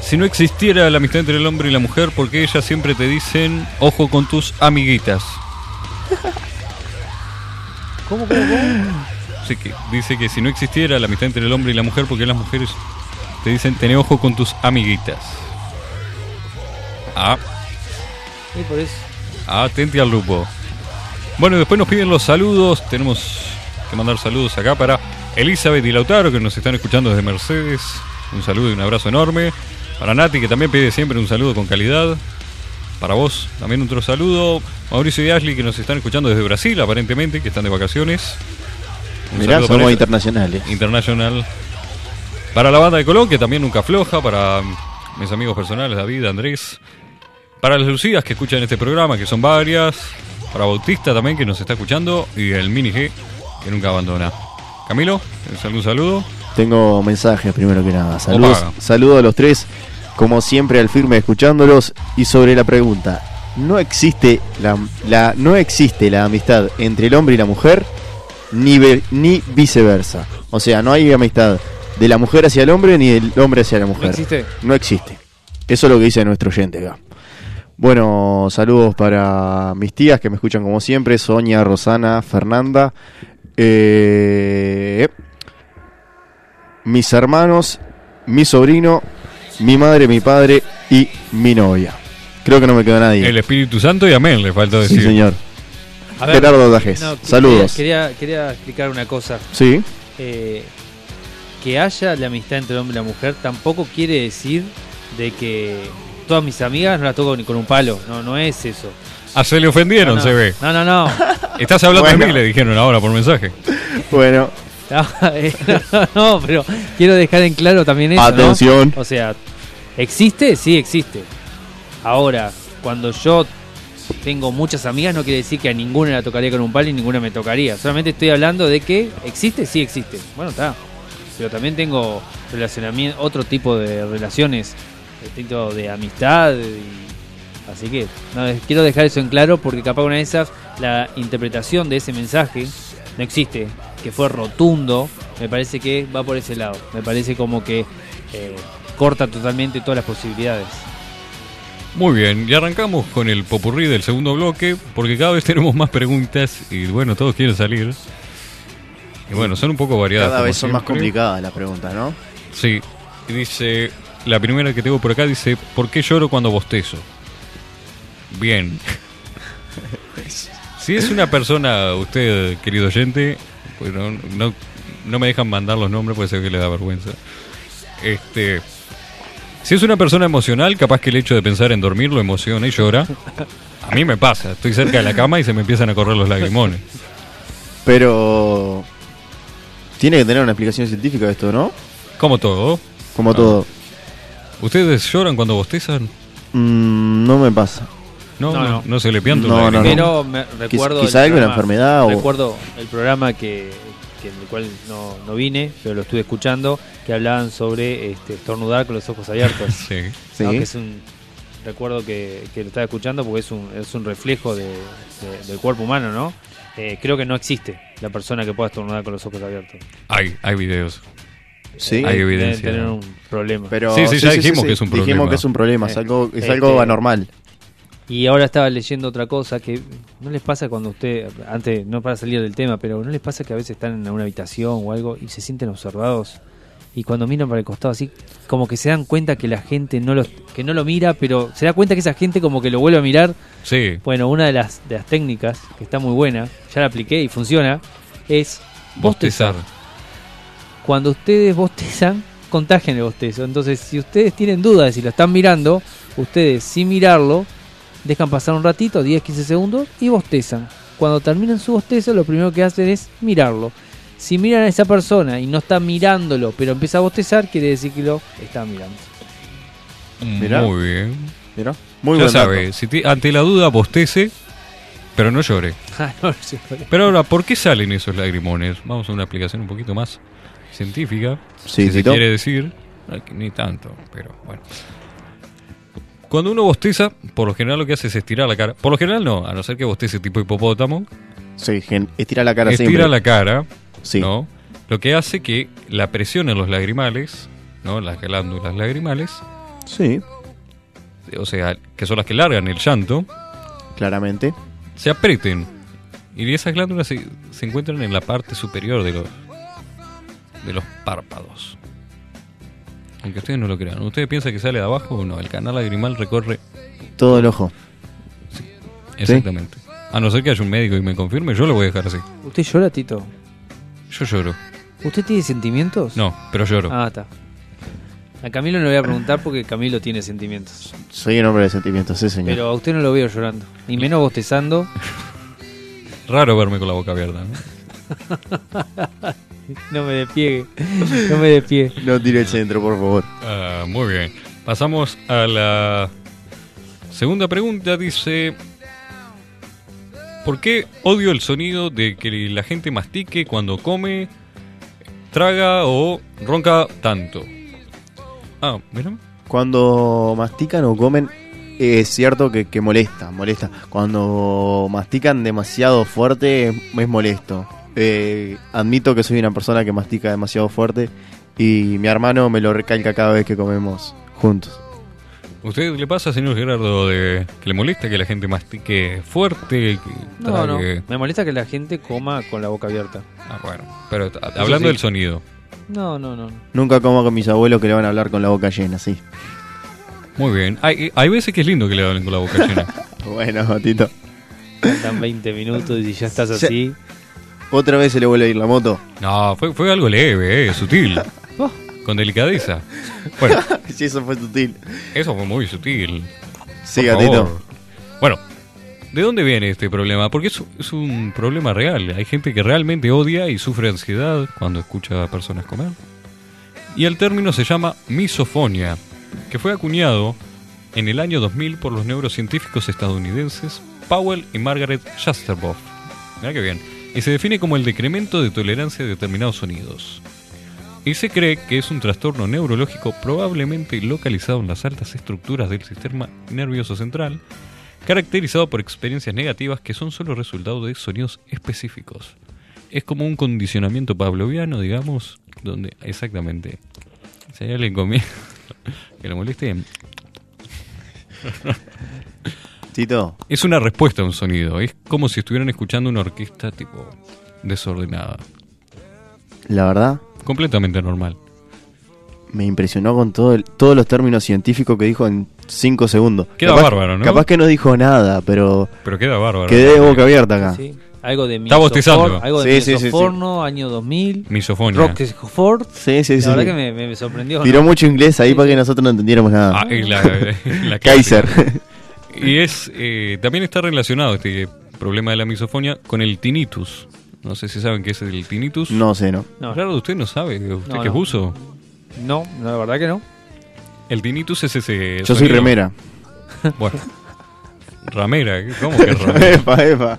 S1: Si no existiera la amistad entre el hombre y la mujer, porque ellas siempre te dicen, ojo con tus amiguitas.
S3: ¿Cómo, cómo, cómo?
S1: Así que dice que si no existiera la amistad entre el hombre y la mujer, porque las mujeres te dicen, tené ojo con tus amiguitas. Ah,
S3: Sí, por eso.
S1: atente al lupo. Bueno, después nos piden los saludos. Tenemos que mandar saludos acá para Elizabeth y Lautaro, que nos están escuchando desde Mercedes. Un saludo y un abrazo enorme. Para Nati, que también pide siempre un saludo con calidad. Para vos, también otro saludo. Mauricio y Ashley, que nos están escuchando desde Brasil, aparentemente, que están de vacaciones. Un
S2: Mirá,
S1: saludo para
S2: somos
S1: ellos.
S2: internacionales.
S1: International. Para la banda de Colón, que también nunca afloja. Para mm, mis amigos personales, David, Andrés. Para las Lucidas que escuchan este programa, que son varias. Para Bautista también, que nos está escuchando. Y el Mini G, que nunca abandona. Camilo, ¿tienes algún saludo?
S2: Tengo mensajes primero que nada. Saludos,
S1: Opa.
S2: saludos a los tres, como siempre al firme escuchándolos. Y sobre la pregunta, ¿no existe la, la- no existe la amistad entre el hombre y la mujer? Ni, ve- ni viceversa. O sea, no hay amistad de la mujer hacia el hombre ni del hombre hacia la mujer.
S3: existe?
S2: No existe. Eso es lo que dice nuestro oyente acá. Bueno, saludos para mis tías que me escuchan como siempre, Sonia, Rosana, Fernanda, eh, mis hermanos, mi sobrino, mi madre, mi padre y mi novia. Creo que no me quedó nadie.
S1: El Espíritu Santo y Amén, le faltó
S2: sí,
S1: decir.
S2: señor.
S3: A ver,
S2: Gerardo Dajés.
S3: no, que-
S2: Saludos.
S3: Quería, quería, quería explicar una cosa.
S2: Sí,
S3: eh, que haya la amistad entre el hombre y la mujer tampoco quiere decir de que todas mis amigas no las toco ni con un palo. No, no es eso.
S1: Ah, se le ofendieron,
S3: no,
S1: se ve.
S3: No, no, no.
S1: Estás hablando de
S2: Bueno.
S1: mí, le dijeron ahora por mensaje.
S2: bueno,
S3: No, eh, no, no, pero quiero dejar en claro también eso. ¿no?
S2: atención.
S3: O sea, ¿existe? Sí, existe. Ahora, cuando yo tengo muchas amigas, no quiere decir que a ninguna la tocaría con un palo y ninguna me tocaría. Solamente estoy hablando de que existe, sí existe. Bueno, está. Pero también tengo relacionamiento, otro tipo de relaciones, distinto de amistad. y- así que no, eh, quiero dejar eso en claro porque capaz una de esas, la interpretación de ese mensaje no existe, que fue rotundo, me parece que va por ese lado. Me parece como que eh, corta totalmente todas las posibilidades.
S1: Muy bien, y arrancamos con el popurrí del segundo bloque, porque cada vez tenemos más preguntas y bueno, todos quieren salir. Y bueno, son un poco variadas.
S2: Cada
S1: como
S2: vez son más
S1: siempre.
S2: complicadas las preguntas, ¿no?
S1: Sí, y dice, la primera que tengo por acá dice, ¿por qué lloro cuando bostezo? Bien. si es una persona, usted, querido oyente, pues no, no- no me dejan mandar los nombres porque sé que le da vergüenza. Este, si es una persona emocional, capaz que el hecho de pensar en dormir lo emociona y llora. A mí me pasa, estoy cerca de la cama y se me empiezan a correr los lagrimones.
S2: Pero tiene que tener una explicación científica esto, ¿no?
S1: Como todo.
S2: Como todo.
S1: ¿Ustedes lloran cuando bostezan?
S2: Mm, no me pasa.
S1: No,
S3: No,
S1: no,
S3: no.
S1: no se le pianta un
S2: No, no,
S1: lagrimón.
S2: no.
S3: Pero me recuerdo.
S2: quizá
S3: el
S2: alguna enfermedad o-
S3: Recuerdo el programa que, que en el cual no, no vine, pero lo estuve escuchando, que hablaban sobre este, estornudar con los ojos abiertos.
S1: Sí.
S2: Sí.
S3: ¿no? Que es un- recuerdo que, que lo estaba escuchando porque es un, es un reflejo de- de- del cuerpo humano, ¿no? Eh, creo que no existe la persona que pueda estornudar con los ojos abiertos.
S1: Hay, hay videos.
S2: Sí.
S1: Hay
S3: Deben
S1: evidencia.
S3: tener un problema.
S2: Pero,
S1: Sí, sí, ya dijimos que es un problema.
S2: Dijimos que es un problema, es
S3: Eh,
S2: algo, es
S3: este-
S2: algo anormal.
S3: Y ahora estaba leyendo otra cosa que no les pasa cuando usted, antes, no para salir del tema, pero no les pasa que a veces están en una habitación o algo y se sienten observados y cuando miran para el costado así, como que se dan cuenta que la gente no los, que no lo mira, pero se da cuenta que esa gente como que lo vuelve a mirar.
S1: Sí.
S3: Bueno, una de las, de las técnicas que está muy buena, ya la apliqué y funciona, es
S1: Bostezar.
S3: cuando ustedes bostezan, contagian el bostezo. Entonces, si ustedes tienen dudas de si lo están mirando, ustedes sin mirarlo, dejan pasar un ratito, 10, 15 segundos, y bostezan. Cuando terminan su bostezo, lo primero que hacen es mirarlo. Si miran a esa persona y no está mirándolo, pero empieza a bostezar, quiere decir que lo está mirando.
S2: Mirá.
S1: Mm, Muy bien.
S2: Mirá, Muy
S1: ya
S2: buen dato.
S1: sabe, si ti- ante la duda bostece, pero no llore.
S3: [LAUGHS] Ah, no, sí, fue.
S1: Pero ahora, ¿por qué salen esos lagrimones? Vamos a una aplicación un poquito más científica. si
S2: Sí,
S1: se
S2: Tito.
S1: quiere decir. Ay, que Ni tanto, pero bueno. Cuando uno bosteza, por lo general lo que hace es estirar la cara. Por lo general no, a no ser que bostece tipo hipopótamo.
S2: Sí, gen- estira la cara
S1: estira
S2: siempre.
S1: la cara,
S2: Sí.
S1: ¿no? Lo que hace que la presión en los lagrimales, ¿no? Las glándulas lagrimales,
S2: Sí,
S1: o sea, que son las que largan el llanto,
S2: claramente.
S1: se aprieten. Y esas glándulas se, se encuentran en la parte superior de los, de los párpados. Aunque ustedes no lo crean. ¿Ustedes piensan que sale de abajo o no? El canal lagrimal recorre
S2: Todo el ojo.
S1: exactamente. A no ser que haya un médico y me confirme, yo lo voy a dejar así.
S3: ¿Usted llora, Tito?
S1: Yo lloro.
S3: ¿Usted tiene sentimientos?
S1: No, pero lloro.
S3: Ah, está. A Camilo no le voy a preguntar porque Camilo tiene sentimientos.
S2: Soy un hombre de sentimientos, sí, señor.
S3: Pero a usted no lo veo llorando. Ni menos bostezando. [LAUGHS]
S1: Raro verme con la boca abierta. ¿no?
S3: No me despiegue. No me despiegue.
S2: No tire el centro, por favor.
S1: Ah, muy bien. Pasamos a la segunda pregunta. Dice, ¿por qué odio el sonido de que la gente mastique cuando come, traga o ronca tanto? Ah, mira.
S2: Cuando mastican o comen, eh, es cierto que, que molesta, molesta. Cuando mastican demasiado fuerte, es, es molesto. Eh, admito que soy una persona que mastica demasiado fuerte y mi hermano me lo recalca cada vez que comemos juntos.
S1: ¿Usted le pasa, señor Gerardo, de, que le molesta que la gente mastique fuerte? Que
S3: No, no.
S1: trague?
S3: Me molesta que la gente coma con la boca abierta.
S1: Ah, bueno. Pero t- hablando
S3: sí.
S1: del sonido.
S3: No, no, no.
S2: Nunca como con mis abuelos que le van a hablar con la boca llena, sí.
S1: Muy bien. Hay, hay veces que es lindo que le hablen con la boca
S3: [LAUGHS]
S1: llena.
S2: Bueno, Tito.
S1: [LAUGHS]
S3: Faltan 20 minutos y ya estás
S2: Sí.
S3: así.
S2: Otra vez se le vuelve a ir la moto.
S1: No, fue, fue algo leve, eh, sutil. Con delicadeza. Bueno,
S2: [LAUGHS] Sí, eso fue sutil.
S1: eso fue muy sutil.
S2: Sí,
S1: Por
S2: gatito.
S1: favor. Bueno, ¿de dónde viene este problema? Porque es, es un problema real. Hay gente que realmente odia y sufre ansiedad cuando escucha a personas comer. Y el término se llama misofonia, que fue acuñado en el año 2000 por los neurocientíficos estadounidenses Powell y Margaret Shasterboff. Mirá que bien. Y se define como el decremento de tolerancia a determinados sonidos. Y se cree que es un trastorno neurológico probablemente localizado en las altas estructuras del sistema nervioso central, caracterizado por experiencias negativas que son solo resultado de sonidos específicos. Es como un condicionamiento pavloviano, digamos, donde exactamente si hay alguien comiendo [LAUGHS] que le moleste,
S2: Tito,
S1: es una respuesta a un sonido. Es como si estuvieran escuchando una orquesta tipo desordenada,
S2: la verdad,
S1: completamente normal.
S2: me impresionó con todo el- todos los términos científicos que dijo en 5 segundos.
S1: Queda
S2: capaz,
S1: bárbaro, ¿no?
S2: Capaz que no dijo nada, pero
S1: Pero queda bárbaro.
S2: quedé de boca abierta acá.
S3: Sí. Algo de
S1: Está bostezando.
S3: misofor- Algo
S2: Ah. Sí,
S3: de
S2: sí, sí, sí.
S3: misoforno, año 2000.
S1: Misofonia.
S3: Rock Ford.
S2: Sí, sí, sí.
S3: La verdad
S2: sí.
S3: que me, me- me sorprendió. ¿no?
S2: Tiró mucho inglés ahí
S3: Sí,
S2: para
S3: sí.
S2: que nosotros no entendiéramos nada.
S1: Ah, y la-
S2: [LAUGHS]
S1: la clásica.
S2: Kaiser.
S1: Y es eh, también está relacionado este problema de la misofonia con el tinnitus. No sé si saben qué es el tinnitus.
S2: [LAUGHS] no sé, ¿no?
S3: No,
S1: Claro, usted no sabe, usted
S3: No,
S1: que es
S3: no.
S1: buzo.
S3: no, no, la verdad que no.
S1: El tinnitus es ese.
S2: Yo soy
S1: sonido.
S2: remera.
S1: [LAUGHS] Bueno. Ramera, ¿cómo que
S2: [LAUGHS]
S1: ramera?
S2: epa, epa.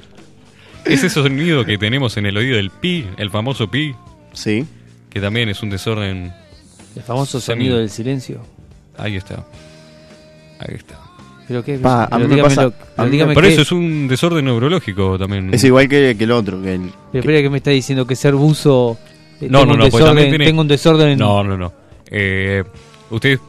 S1: es ese sonido que tenemos en el oído, el pi, el famoso pi,
S2: Sí.
S1: que también es un desorden.
S3: El famoso
S1: Sí.
S3: sonido del silencio.
S1: Ahí está. Ahí está.
S3: Pero qué
S2: Pa, a
S3: pero
S2: mí me
S3: dígamelo-
S2: pasa-
S3: pero
S2: a mí me-
S3: dígame
S1: Por
S3: qué-
S1: eso es un desorden neurológico también.
S2: Es igual que, que el otro. Que el,
S3: Pero espera que me está diciendo que ser buzo. eh,
S1: No,
S3: tengo
S1: no,
S3: un
S1: no, porque
S3: desorden-
S1: también tiene-
S3: Tengo un desorden en.
S1: No, no, no. Eh, usted,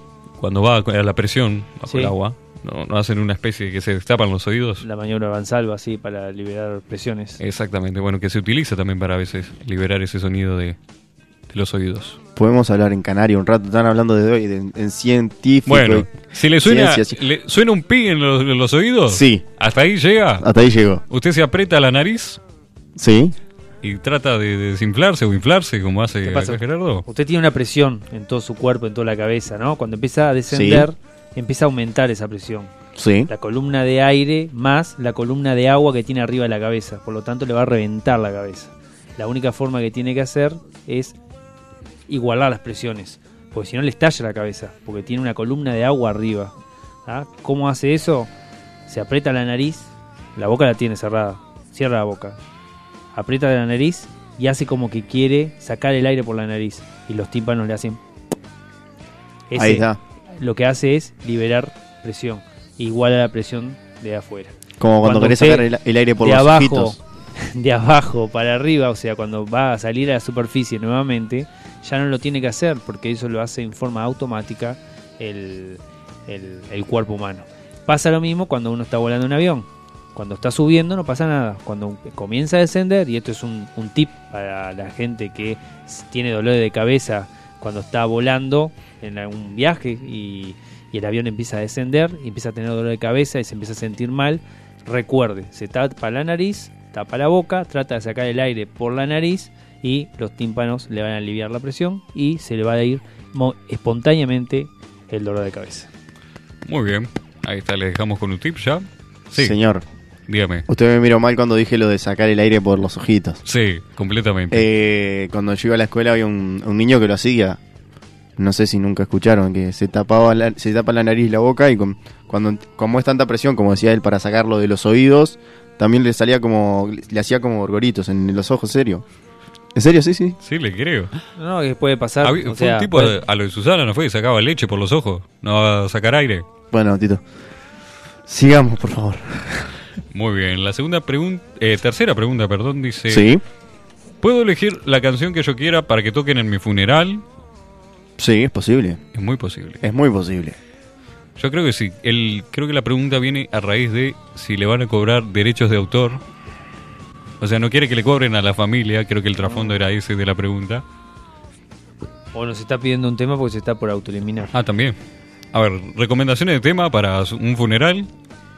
S1: cuando va a la presión bajo
S3: Sí.
S1: el agua, ¿no, no hacen una especie de que se destapan los oídos?
S3: La maniobra Bansalva, así, para liberar
S1: Eh.
S3: presiones.
S1: Exactamente, bueno, que se utiliza también para a veces liberar ese sonido de, de los oídos.
S2: podemos hablar en canario un rato. Están hablando de hoy, de- en científico.
S1: Bueno, si le suena,
S2: Ciencia, sí.
S1: le suena un pi en los, en los oídos,
S2: Sí. Ah.
S1: hasta ahí llega.
S2: Hasta ahí llegó.
S1: Usted se aprieta la nariz
S2: Sí.
S1: y trata de desinflarse o inflarse, como hace
S3: ¿Qué pasa?
S1: acá Gerardo.
S3: Usted tiene una presión en todo su cuerpo, en toda la cabeza, ¿no? Cuando empieza a descender, empieza a aumentar esa presión.
S2: Sí.
S3: La columna de aire más la columna de agua que tiene arriba de la cabeza. Por lo tanto, le va a reventar la cabeza. La única forma que tiene que hacer es igualar las presiones. Porque si no, le estalla la cabeza. Porque tiene una columna de agua arriba. ¿Ah? ¿Cómo hace eso? Se aprieta la nariz. La boca la tiene cerrada. Cierra la boca. Aprieta la nariz y hace como que quiere sacar el aire por la nariz. Y los tímpanos le hacen.
S2: Ahí
S3: Ese-
S2: está.
S3: lo que hace es liberar presión, igual a la presión de afuera.
S2: Como cuando,
S3: Cuando
S2: querés
S3: usted
S2: sacar el, el aire por
S3: de
S2: los
S3: abajo,
S2: ojitos.
S3: [LAUGHS] de abajo para arriba, o sea, cuando va a salir a la superficie nuevamente, ya no lo tiene que hacer porque eso lo hace en forma automática el, el- el cuerpo humano. Pasa lo mismo cuando uno está volando en avión. Cuando está subiendo no pasa nada. Cuando comienza a descender, y esto es un, un tip para la gente que s- tiene dolores de cabeza cuando está volando en algún viaje y, y el avión empieza a descender, y empieza a tener dolor de cabeza y se empieza a sentir mal, recuerde, se tapa la nariz, tapa la boca, trata de sacar el aire por la nariz y los tímpanos le van a aliviar la presión y se le va a ir mo- espontáneamente el dolor de cabeza.
S1: Muy bien, ahí está, le dejamos con un tip ya. Sí,
S2: Señor,
S1: dígame.
S2: usted me miró mal cuando dije lo de sacar el aire por los ojitos.
S1: Sí, completamente.
S2: Eh, cuando yo iba a la escuela había un, un niño que lo hacía. No sé si nunca escucharon, que se tapaba la- se tapa la nariz y la boca y con- cuando como es tanta presión, como decía él, para sacarlo de los oídos, también le salía como, le hacía como gorgoritos en los ojos, serio. ¿En serio? Sí, sí.
S1: Sí, le creo.
S3: No, que puede pasar.
S1: Habí-
S3: o
S1: Ah, fue
S3: sea, pues-
S1: un tipo
S3: puede-
S1: a, a lo de Susana, ¿no fue? Y sacaba leche por los ojos. No va a sacar aire.
S2: Bueno, Tito. Sigamos, por favor.
S1: Muy bien. La segunda pregunta, tercera pregunta, perdón, dice:
S2: Sí,
S1: ¿Puedo elegir la canción que yo quiera para que toquen en mi funeral?
S2: sí, es posible.
S1: Es muy posible.
S2: Es muy posible.
S1: Yo creo que sí. El, creo que la pregunta viene a raíz de si le van a cobrar derechos de autor. O sea, no quiere que le cobren a la familia. Creo que el trasfondo era ese de la pregunta.
S3: O nos está pidiendo un tema porque se está por autoeliminar.
S1: Ah, también. A ver, recomendaciones de tema para su- un funeral.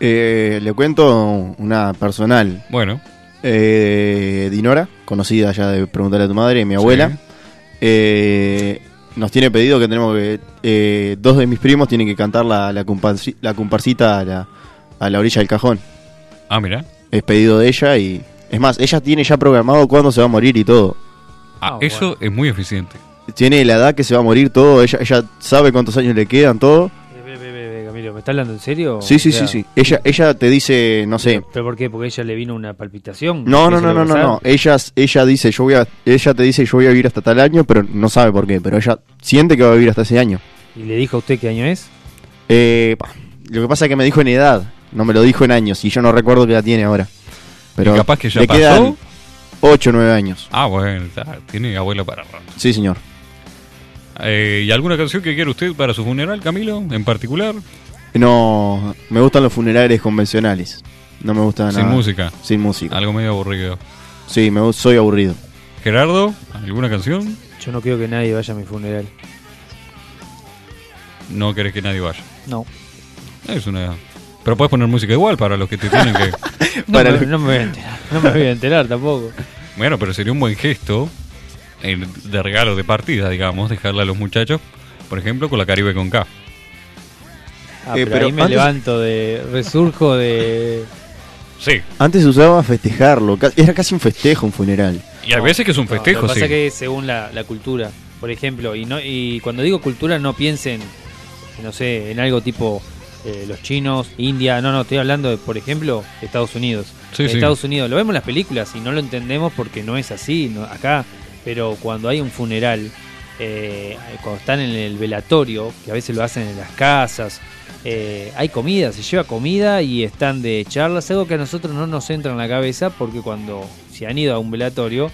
S2: Eh, le cuento una personal.
S1: Bueno,
S2: Eh, Dinora, conocida ya de preguntarle a tu madre, mi abuela. eh, nos tiene pedido que tenemos que. eh, dos de mis primos tienen que cantar la, la, comparsi- la comparsita a la, a la orilla del cajón.
S1: ah, mira.
S2: Es pedido de ella y. Es más, ella tiene ya programado cuándo se va a morir y todo.
S1: Ah,
S3: Ah,
S1: eso es muy eficiente.
S2: Tiene la edad que se va a morir todo. Ella, ella sabe cuántos años le quedan, todo.
S3: Eh, ve, ve, ve, ve, Camilo, ¿me está hablando en serio?
S2: Sí, sí,
S3: O sea,
S2: sí, sí. Ella, ella te dice, no sé.
S3: ¿Pero por qué? ¿Porque a ella le vino una palpitación?
S2: No,
S3: ¿Que
S2: no,
S3: se
S2: no,
S3: lo
S2: no, no,
S3: pasar?
S2: no. Ella, ella dice, yo voy a, ella te dice, yo voy a vivir hasta tal año, pero no sabe por qué. Pero ella siente que va a vivir hasta ese año.
S3: ¿Y le dijo a usted qué año es?
S2: Eh, pa, lo que pasa es que me dijo en edad, no me lo dijo en años, y yo no recuerdo que la tiene ahora. Pero
S1: Y capaz que ya
S2: le
S1: pasó.
S2: quedan 8 o 9 años.
S1: Ah, bueno, está, tiene abuela para rato.
S2: Sí, señor.
S1: Eh, ¿Y alguna canción que quiera usted para su funeral, Camilo, en particular?
S2: No, me gustan los funerales convencionales. No me gusta
S1: Sin
S2: nada.
S1: música.
S2: Sin música.
S1: Algo medio aburrido.
S2: Sí, me, gu- soy aburrido.
S1: Gerardo, ¿alguna canción?
S3: Yo no quiero que nadie vaya a mi funeral.
S1: No querés que nadie vaya.
S3: No.
S1: Es una... Pero puedes poner música igual para los que te tienen
S3: [LAUGHS]
S1: que...
S3: No,
S2: Para
S3: me,
S2: el-
S3: no me voy a enterar. No me voy a enterar tampoco.
S1: Bueno, pero sería un buen gesto eh, de regalo de partida, digamos, dejarle a los muchachos, por ejemplo, con la Caribe con K.
S3: Ah,
S2: Eh,
S3: pero,
S2: pero
S3: ahí me
S2: antes-
S3: levanto de. Resurjo de.
S1: Sí,
S2: Antes se usaba festejarlo, ca- era casi un festejo un funeral.
S1: y hay veces que es un
S3: No,
S1: festejo,
S3: lo que
S1: sí.
S3: pasa que según la, la cultura, por ejemplo, y no y cuando digo cultura no piensen, no sé, en algo tipo eh, los chinos, India, no, no, estoy hablando de, por ejemplo, Estados Unidos.
S1: Sí,
S3: En
S1: sí.
S3: Estados Unidos, lo vemos en las películas y no lo entendemos porque no es así no- acá, pero cuando hay un funeral, eh, cuando están en el velatorio, que a veces lo hacen en las casas, eh, hay comida, se lleva comida y están de charlas, algo que a nosotros no nos entra en la cabeza porque cuando se han ido a un velatorio,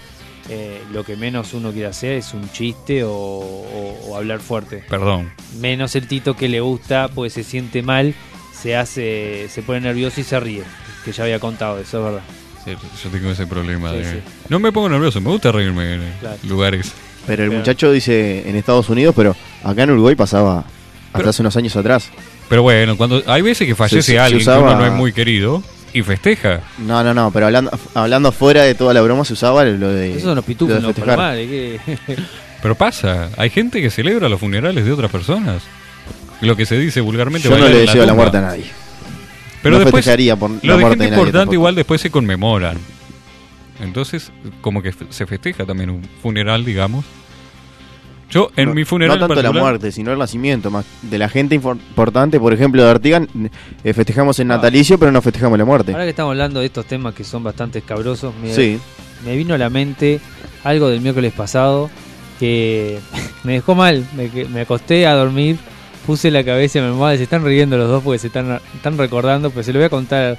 S3: eh, lo que menos uno quiere hacer es un chiste o, o- o hablar fuerte.
S1: Perdón.
S3: Menos el Tito que le gusta porque se siente mal, se hace, se pone nervioso y se ríe, que ya había contado, eso es verdad.
S1: Sí, Yo tengo ese problema
S3: Sí,
S1: de...
S3: sí.
S1: No me pongo nervioso, me gusta reírme en eh,
S3: Claro.
S1: lugares.
S2: Pero el
S3: Claro.
S2: muchacho dice en Estados Unidos, pero acá en Uruguay pasaba hasta
S1: Pero-
S2: hace unos años atrás.
S1: Pero bueno, cuando hay veces que fallece
S2: se
S1: alguien que
S2: usaba-
S1: uno no es muy querido y festeja.
S2: No, no, no, pero hablando, hablando fuera de toda la broma se usaba lo de.
S3: Esos son
S2: Eh,
S3: los
S2: lo
S3: pitufos,
S2: de
S3: no,
S2: festejar.
S3: palomales, que-
S1: Pero pasa, hay gente que celebra los funerales de otras personas. Lo que se dice vulgarmente
S2: Yo no
S1: bailar
S2: le
S1: en
S2: deseo la,
S1: tumba.
S2: muerte a nadie.
S1: Pero
S2: no
S1: después,
S2: festejaría por la
S1: lo de
S2: muerte
S1: gente
S2: de nadie.
S1: importante
S2: tampoco.
S1: igual después se conmemoran. Entonces, como que se festeja también un funeral, digamos. Yo en
S2: No-
S1: mi funeral
S2: No tanto la
S1: particular-
S2: muerte, sino el nacimiento más. De la gente infor- importante, por ejemplo, de Artigan, eh, festejamos
S1: Ah.
S2: el natalicio, pero no festejamos la muerte.
S3: [LAUGHS] Ahora que estamos hablando de estos temas que son bastante escabrosos, me,
S2: Sí.
S3: me vino a la mente algo del miércoles pasado que [LAUGHS] me dejó mal. Me, que- me acosté a dormir, puse la cabeza en mi almohada. y Se están riendo los dos porque se están, están recordando, pero se lo voy a contar.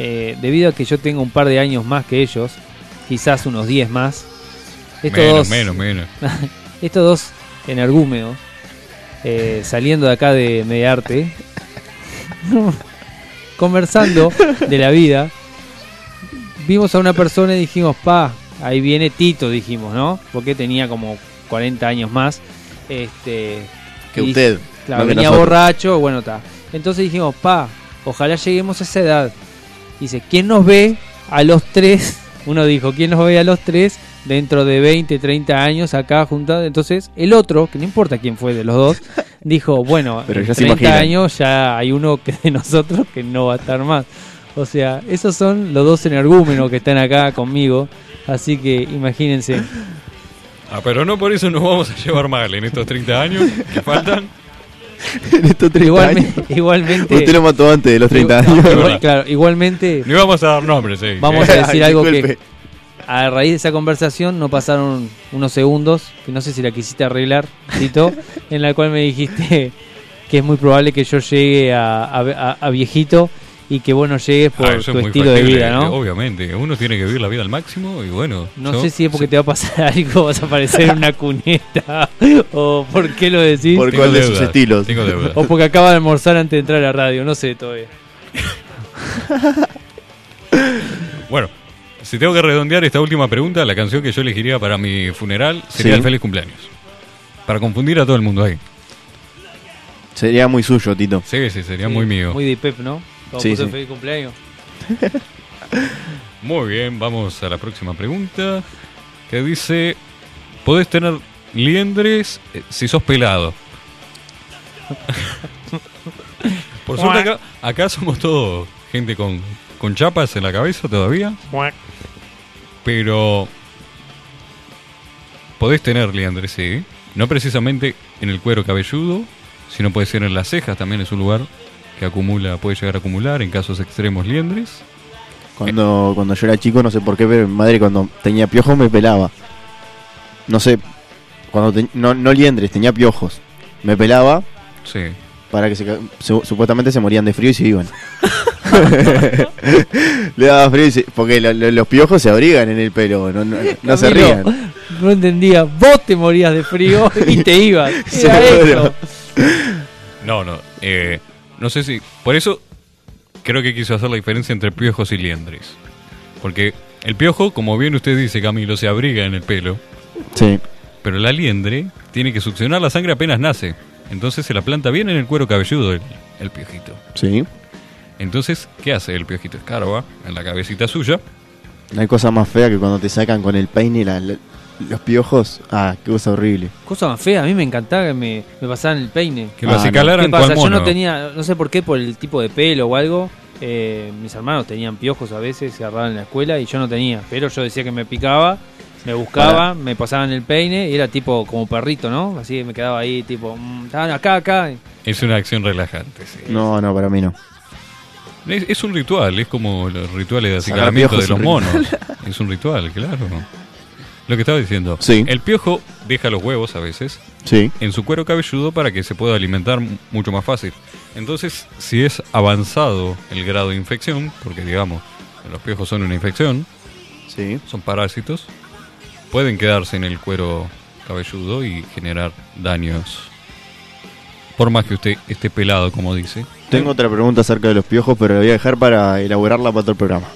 S3: Eh, debido a que yo tengo un par de años más que ellos, quizás unos 10 más. Estos
S1: menos, menos,
S3: dos-
S1: menos.
S3: estos dos energúmenos eh, saliendo de acá de Mediarte, [LAUGHS] conversando de la vida, vimos a una persona y dijimos, pa, ahí viene Tito, dijimos, ¿no? Porque tenía como 40 años más. Este,
S2: Que
S3: y dij-
S2: usted.
S3: Claro,
S2: no que
S3: venía
S2: nosotros.
S3: borracho, bueno, está. Entonces dijimos, pa, ojalá lleguemos a esa edad. Dice, ¿quién nos ve a los tres? [LAUGHS] Uno dijo, ¿quién nos ve a los tres dentro de 20, 30 años acá juntados? Entonces el otro, que no importa quién fue de
S2: [LAUGHS]
S3: los dos, dijo, bueno,
S2: Pero
S3: en
S2: ya se
S3: 30
S2: imaginan.
S3: años ya hay uno que de [LAUGHS] nosotros que no va a estar más. O sea, esos son los dos energúmenos que están acá conmigo. Así
S2: [LAUGHS]
S3: que imagínense.
S1: Ah, pero no por eso nos vamos a llevar mal en estos 30 años
S2: [LAUGHS]
S1: que faltan.
S2: [LAUGHS] En estos 30
S3: Igualme-
S2: años.
S3: igualmente.
S2: Usted lo mató antes de los 30
S3: Igu- [LAUGHS]
S2: años.
S1: Es verdad.
S3: claro, igualmente.
S1: Ni vamos a dar nombres, eh. sí.
S3: Vamos a decir algo
S2: [LAUGHS]
S3: que
S2: Disculpe.
S3: a raíz de esa conversación no pasaron unos segundos, que no sé si la quisiste arreglar,
S2: [LAUGHS]
S3: Tito, en la cual me dijiste que es muy probable que yo llegue a, a- a- a viejito y que vos no llegues por
S1: Ah, eso es
S3: tu
S1: muy
S3: estilo de
S1: factible,
S3: vida, ¿no?
S1: Obviamente, uno tiene que vivir la vida al máximo y bueno.
S3: No
S1: yo-
S3: sé si es porque te va a pasar [LAUGHS] algo, vas a aparecer en una cuneta, [LAUGHS] o por qué lo decís,
S2: Por
S1: tengo
S2: cuál de
S1: deuda,
S2: sus estilos.
S1: Tengo deuda.
S2: [LAUGHS]
S3: o porque acaba de almorzar antes de entrar a la radio, no sé todavía.
S1: Bueno, si tengo que redondear esta última pregunta, la canción que yo elegiría para mi funeral sería
S2: Sí.
S1: Feliz Cumpleaños. Para confundir a todo el mundo ahí.
S2: Sería muy suyo, Tito.
S1: Sí, sí, sería
S3: Sí,
S1: muy mío.
S3: Muy de Pep, ¿no? Como
S2: Sí,
S3: puso
S2: sí.
S3: feliz cumpleaños.
S1: Muy bien, vamos a la próxima pregunta. Que dice: ¿Podés tener liendres eh, si sos pelado? [LAUGHS] Por suerte, acá, acá somos todos gente con, con chapas en la cabeza todavía. Pero. Podés tener liendres, sí. No precisamente en el cuero cabelludo, sino puede ser en las cejas, también es un lugar que acumula, puede llegar a acumular en casos extremos liendres.
S2: Cuando, cuando yo era chico, no sé por qué, pero mi madre cuando tenía piojos me pelaba. No sé, cuando te- no, no liendres, tenía piojos. Me pelaba
S1: Sí.
S2: para que se ca- su- supuestamente se morían de frío y se iban. [LAUGHS] Le daba frío y se- porque lo- lo- los piojos se abrigan en el pelo, no, no- no se
S3: Camilo,
S2: rían.
S3: [LAUGHS] No entendía, vos te morías de frío y te
S2: [LAUGHS]
S3: ibas. Era
S2: Seguro.
S3: eso.
S1: No, no. eh, no sé si. Por eso creo que quiso hacer la diferencia entre piojos y liendres. Porque el piojo, como bien usted dice, Camilo, se abriga en el pelo.
S2: Sí.
S1: Pero la liendre tiene que succionar la sangre apenas nace. Entonces se la planta bien en el cuero cabelludo el, el piojito.
S2: Sí.
S1: Entonces, ¿qué hace el piojito? Escarba en la cabecita suya.
S2: No hay cosa más fea que cuando te sacan con el peine la- la- los piojos. Ah, qué cosa horrible.
S3: Cosa más fea, a mí me encantaba que me, me pasaran el peine.
S1: Que
S2: Ah,
S1: lo
S2: no.
S1: acicalaran
S3: ¿Qué pasa?
S1: cual
S3: Yo no
S1: mono.
S3: tenía, no sé por qué, por el tipo de pelo o algo. eh, mis hermanos tenían piojos a veces, se agarraban en la escuela y yo no tenía. Pero yo decía que me picaba, me buscaba,
S2: Pará.
S3: me pasaban el peine y era tipo como perrito, ¿no? Así que me quedaba ahí, tipo, mm, ah, acá, acá.
S1: Es una acción relajante, sí.
S2: No, no, para mí no.
S1: Es, es un ritual, es como los rituales de
S2: Sacar
S1: acicalamiento
S2: piojos
S1: de los
S2: es un
S1: monos. Es un ritual, claro. Lo que estaba diciendo.
S2: Sí.
S1: El piojo deja los huevos a veces
S2: Sí.
S1: en su cuero cabelludo para que se pueda alimentar mu- mucho más fácil. Entonces, si es avanzado el grado de infección, porque digamos, los piojos son una infección,
S2: Sí.
S1: son parásitos, pueden quedarse en el cuero cabelludo y generar daños. Por más que usted esté pelado, como dice.
S2: Tengo otra pregunta acerca de los piojos, pero la voy a dejar para elaborarla para otro programa.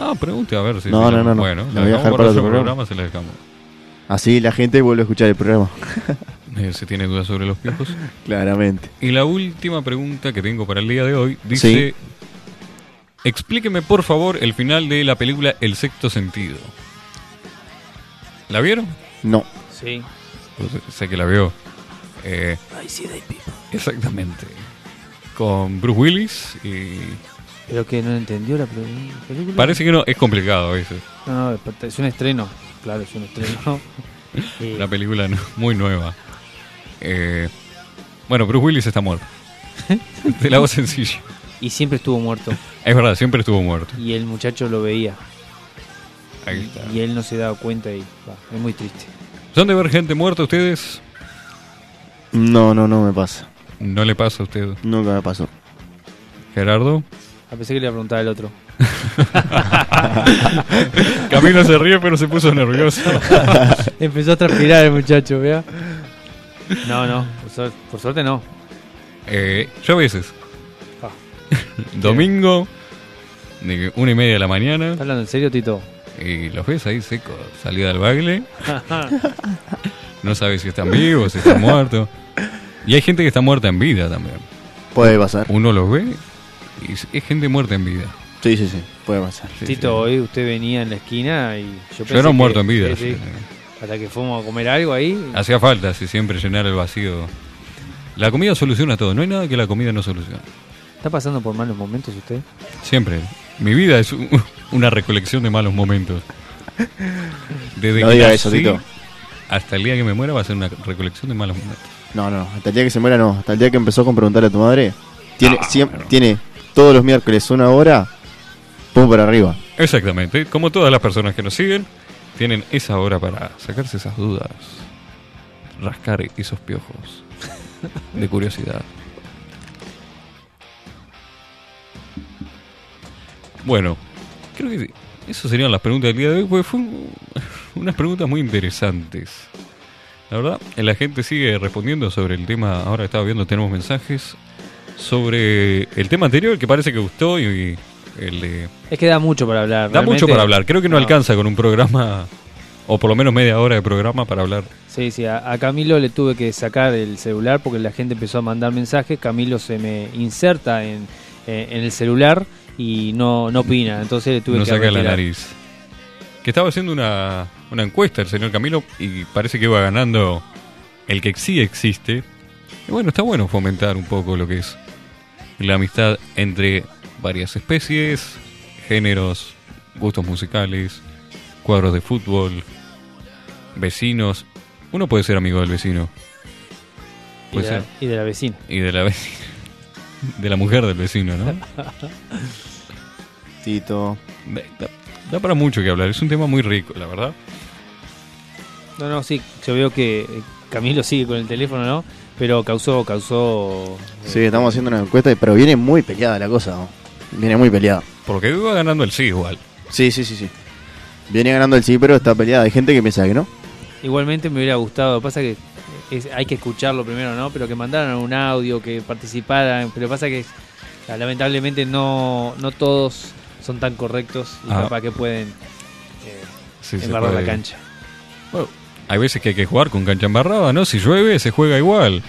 S1: Ah, pregunte a ver si.
S2: No,
S1: si
S2: no,
S1: la-
S2: no, no.
S1: Bueno,
S2: La
S1: la
S2: voy a
S1: dejamos
S2: dejar
S1: para
S2: para
S1: otro
S2: otro
S1: programa, se la dejamos.
S2: Así la gente vuelve a escuchar el programa.
S1: Eh, si tiene dudas sobre los piojos.
S2: Claramente.
S1: Y la última pregunta que tengo para el día de hoy dice: Explíqueme por favor el final de la película El sexto sentido. ¿La vieron?
S2: No.
S3: Sí.
S1: Pues, eh, sé que la vio. Eh, exactamente. Con Bruce Willis y.
S3: Pero que no entendió la pel- película.
S1: Parece que no, es complicado a veces.
S3: No, no, es un estreno. Claro, es un estreno. [LAUGHS] Y-
S1: La película no- muy nueva. Eh, bueno, Bruce Willis está muerto. Te la hago sencilla.
S3: y siempre estuvo muerto.
S1: Es verdad, siempre estuvo muerto.
S3: Y el muchacho lo veía.
S1: Ahí está.
S3: Y él no se daba cuenta y va, es muy triste.
S1: ¿Son de ver gente muerta ustedes?
S2: No, no, no me pasa.
S1: No le pasa a usted,
S2: Nunca me pasó.
S1: Gerardo.
S3: A pesar Ah, que le preguntaba el otro.
S1: Camilo se ríe, pero se puso nervioso.
S3: [LAUGHS] Empezó a transpirar el muchacho, vea. No, no, por, suer- por suerte no.
S1: Eh, yo a veces.
S3: Ah.
S1: [LAUGHS] Domingo, de una y media de la mañana,
S3: ¿Estás hablando en serio, Tito?
S1: y los ves ahí secos, salida del baile. No sabes si están vivos, si están muertos. Y hay gente que está muerta en vida también.
S2: Puede pasar.
S1: Uno los ve y es es gente muerta en vida.
S2: Sí, sí, sí. Puede pasar.
S1: Sí,
S3: Tito,
S1: sí.
S3: hoy usted venía en la esquina y yo pensé
S1: Yo era un
S3: que-
S1: muerto en vida.
S3: sí, sí.
S1: sí.
S3: Hasta que fuimos a comer algo ahí.
S1: Hacía falta, si siempre llenar el vacío. La comida soluciona todo, no hay nada que la comida no solucione.
S3: ¿Está pasando por malos momentos usted?
S1: Siempre. Mi vida es un- [LAUGHS] una recolección de malos momentos. Desde
S2: No
S1: que
S2: diga eso,
S1: nací
S2: Tito.
S1: Hasta el día que me muera va a ser una recolección de malos momentos.
S2: No, no. Hasta el día que se muera, no. Hasta el día que empezó con preguntarle a tu madre. Tiene, siem- tiene todos los miércoles una hora. Pum para arriba.
S1: Exactamente. Como todas las personas que nos siguen, tienen esa hora para sacarse esas dudas. Rascar esos piojos. De curiosidad. Bueno, creo que eso serían las preguntas del día de hoy, porque fueron unas preguntas muy interesantes. La verdad, la gente sigue respondiendo sobre el tema. Ahora que estaba viendo, tenemos mensajes sobre el tema anterior que parece que gustó y el de.
S3: Es que da mucho para hablar.
S1: Da mucho
S3: realmente.
S1: para hablar. Creo que no,
S3: No.
S1: alcanza con un programa, o por lo menos media hora de programa para hablar.
S3: Sí, sí, a, a Camilo le tuve que sacar el celular porque la gente empezó a mandar mensajes. Camilo se me inserta en, eh, en el celular y no, no opina. Entonces le tuve
S1: no
S3: que
S1: saca la
S3: retirar.
S1: nariz. Que estaba haciendo una, una encuesta el señor Camilo y parece que iba ganando el que sí existe. Y bueno, está bueno fomentar un poco lo que es la amistad entre varias especies, géneros, gustos musicales, cuadros de fútbol, vecinos. Uno puede ser amigo del vecino.
S3: Y,
S1: Puede
S3: de la,
S1: ser.
S3: y de la vecina.
S1: Y de la vecina. [LAUGHS] De la mujer del vecino, ¿no?
S2: Tito.
S1: Da, da- da para mucho que hablar. Es un tema muy rico, la verdad.
S3: No, no, sí, yo veo que eh, Camilo sigue con el teléfono, ¿no? Pero causó, causó... eh,
S2: Sí, estamos haciendo una encuesta, pero viene muy peleada la cosa. ¿no? Viene muy peleada.
S1: Porque iba ganando el sí igual.
S2: Sí, sí, sí, sí. Viene ganando el sí, pero está peleada. Hay gente que piensa que no.
S3: Igualmente me hubiera gustado, pasa que es- hay que escucharlo primero, ¿no? Pero que mandaran un audio, que participaran, pero pasa que ah, lamentablemente no, no todos son tan correctos y
S1: Ah.
S3: capaz que pueden eh,
S1: Sí, se
S3: embarrar la
S1: puede.
S3: cancha.
S1: Bueno, hay veces que hay que jugar con cancha embarrada, ¿no? Si llueve, se juega igual.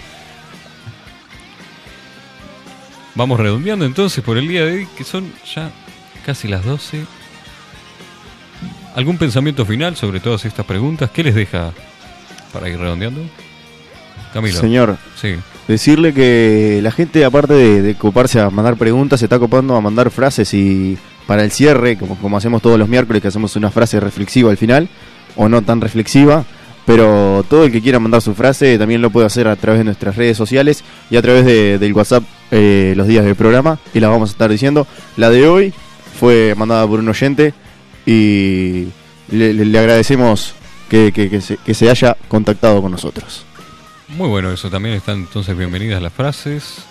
S1: Vamos redondeando entonces por el día de hoy, que son ya casi las 12. ¿Algún pensamiento final sobre todas estas preguntas? ¿Qué les deja para ir redondeando? Camilo.
S2: Señor,
S1: Sí.
S2: decirle que la gente, aparte de, de coparse a mandar preguntas, se está copando a mandar frases y para el cierre, como, como hacemos todos los miércoles, que hacemos una frase reflexiva al final, o no tan reflexiva. Pero todo el que quiera mandar su frase también lo puede hacer a través de nuestras redes sociales y a través de- del WhatsApp eh, los días del programa y las vamos a estar diciendo. La de hoy fue mandada por un oyente y le, le- le agradecemos que- que- que se- que se haya contactado con nosotros.
S1: Muy bueno eso. También están entonces bienvenidas las frases.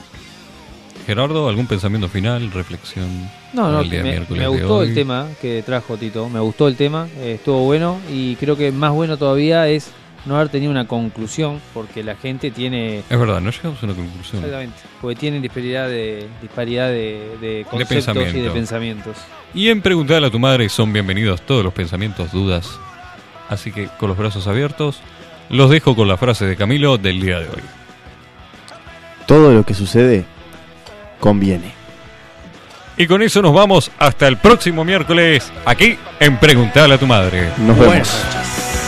S1: Gerardo, ¿algún pensamiento final, reflexión?
S3: No, no,
S1: del día
S3: me,
S1: miércoles
S3: me
S1: de
S3: gustó el
S1: hoy?
S3: tema que trajo Tito, me gustó el tema, eh, estuvo bueno y creo que más bueno todavía es no haber tenido una conclusión porque la gente tiene...
S1: Es verdad, no llegamos a una conclusión.
S3: Exactamente, porque tienen disparidad de, disparidad de, de conceptos y de
S1: pensamiento.
S3: pensamientos.
S1: Y en Preguntarle a tu madre son bienvenidos todos los pensamientos, dudas. Así que con los brazos abiertos, los dejo con la frase de Camilo del día de hoy.
S2: todo lo que sucede conviene.
S1: Y con eso nos vamos hasta el próximo miércoles, aquí en Preguntarle a tu madre.
S2: Nos vemos.
S3: noches.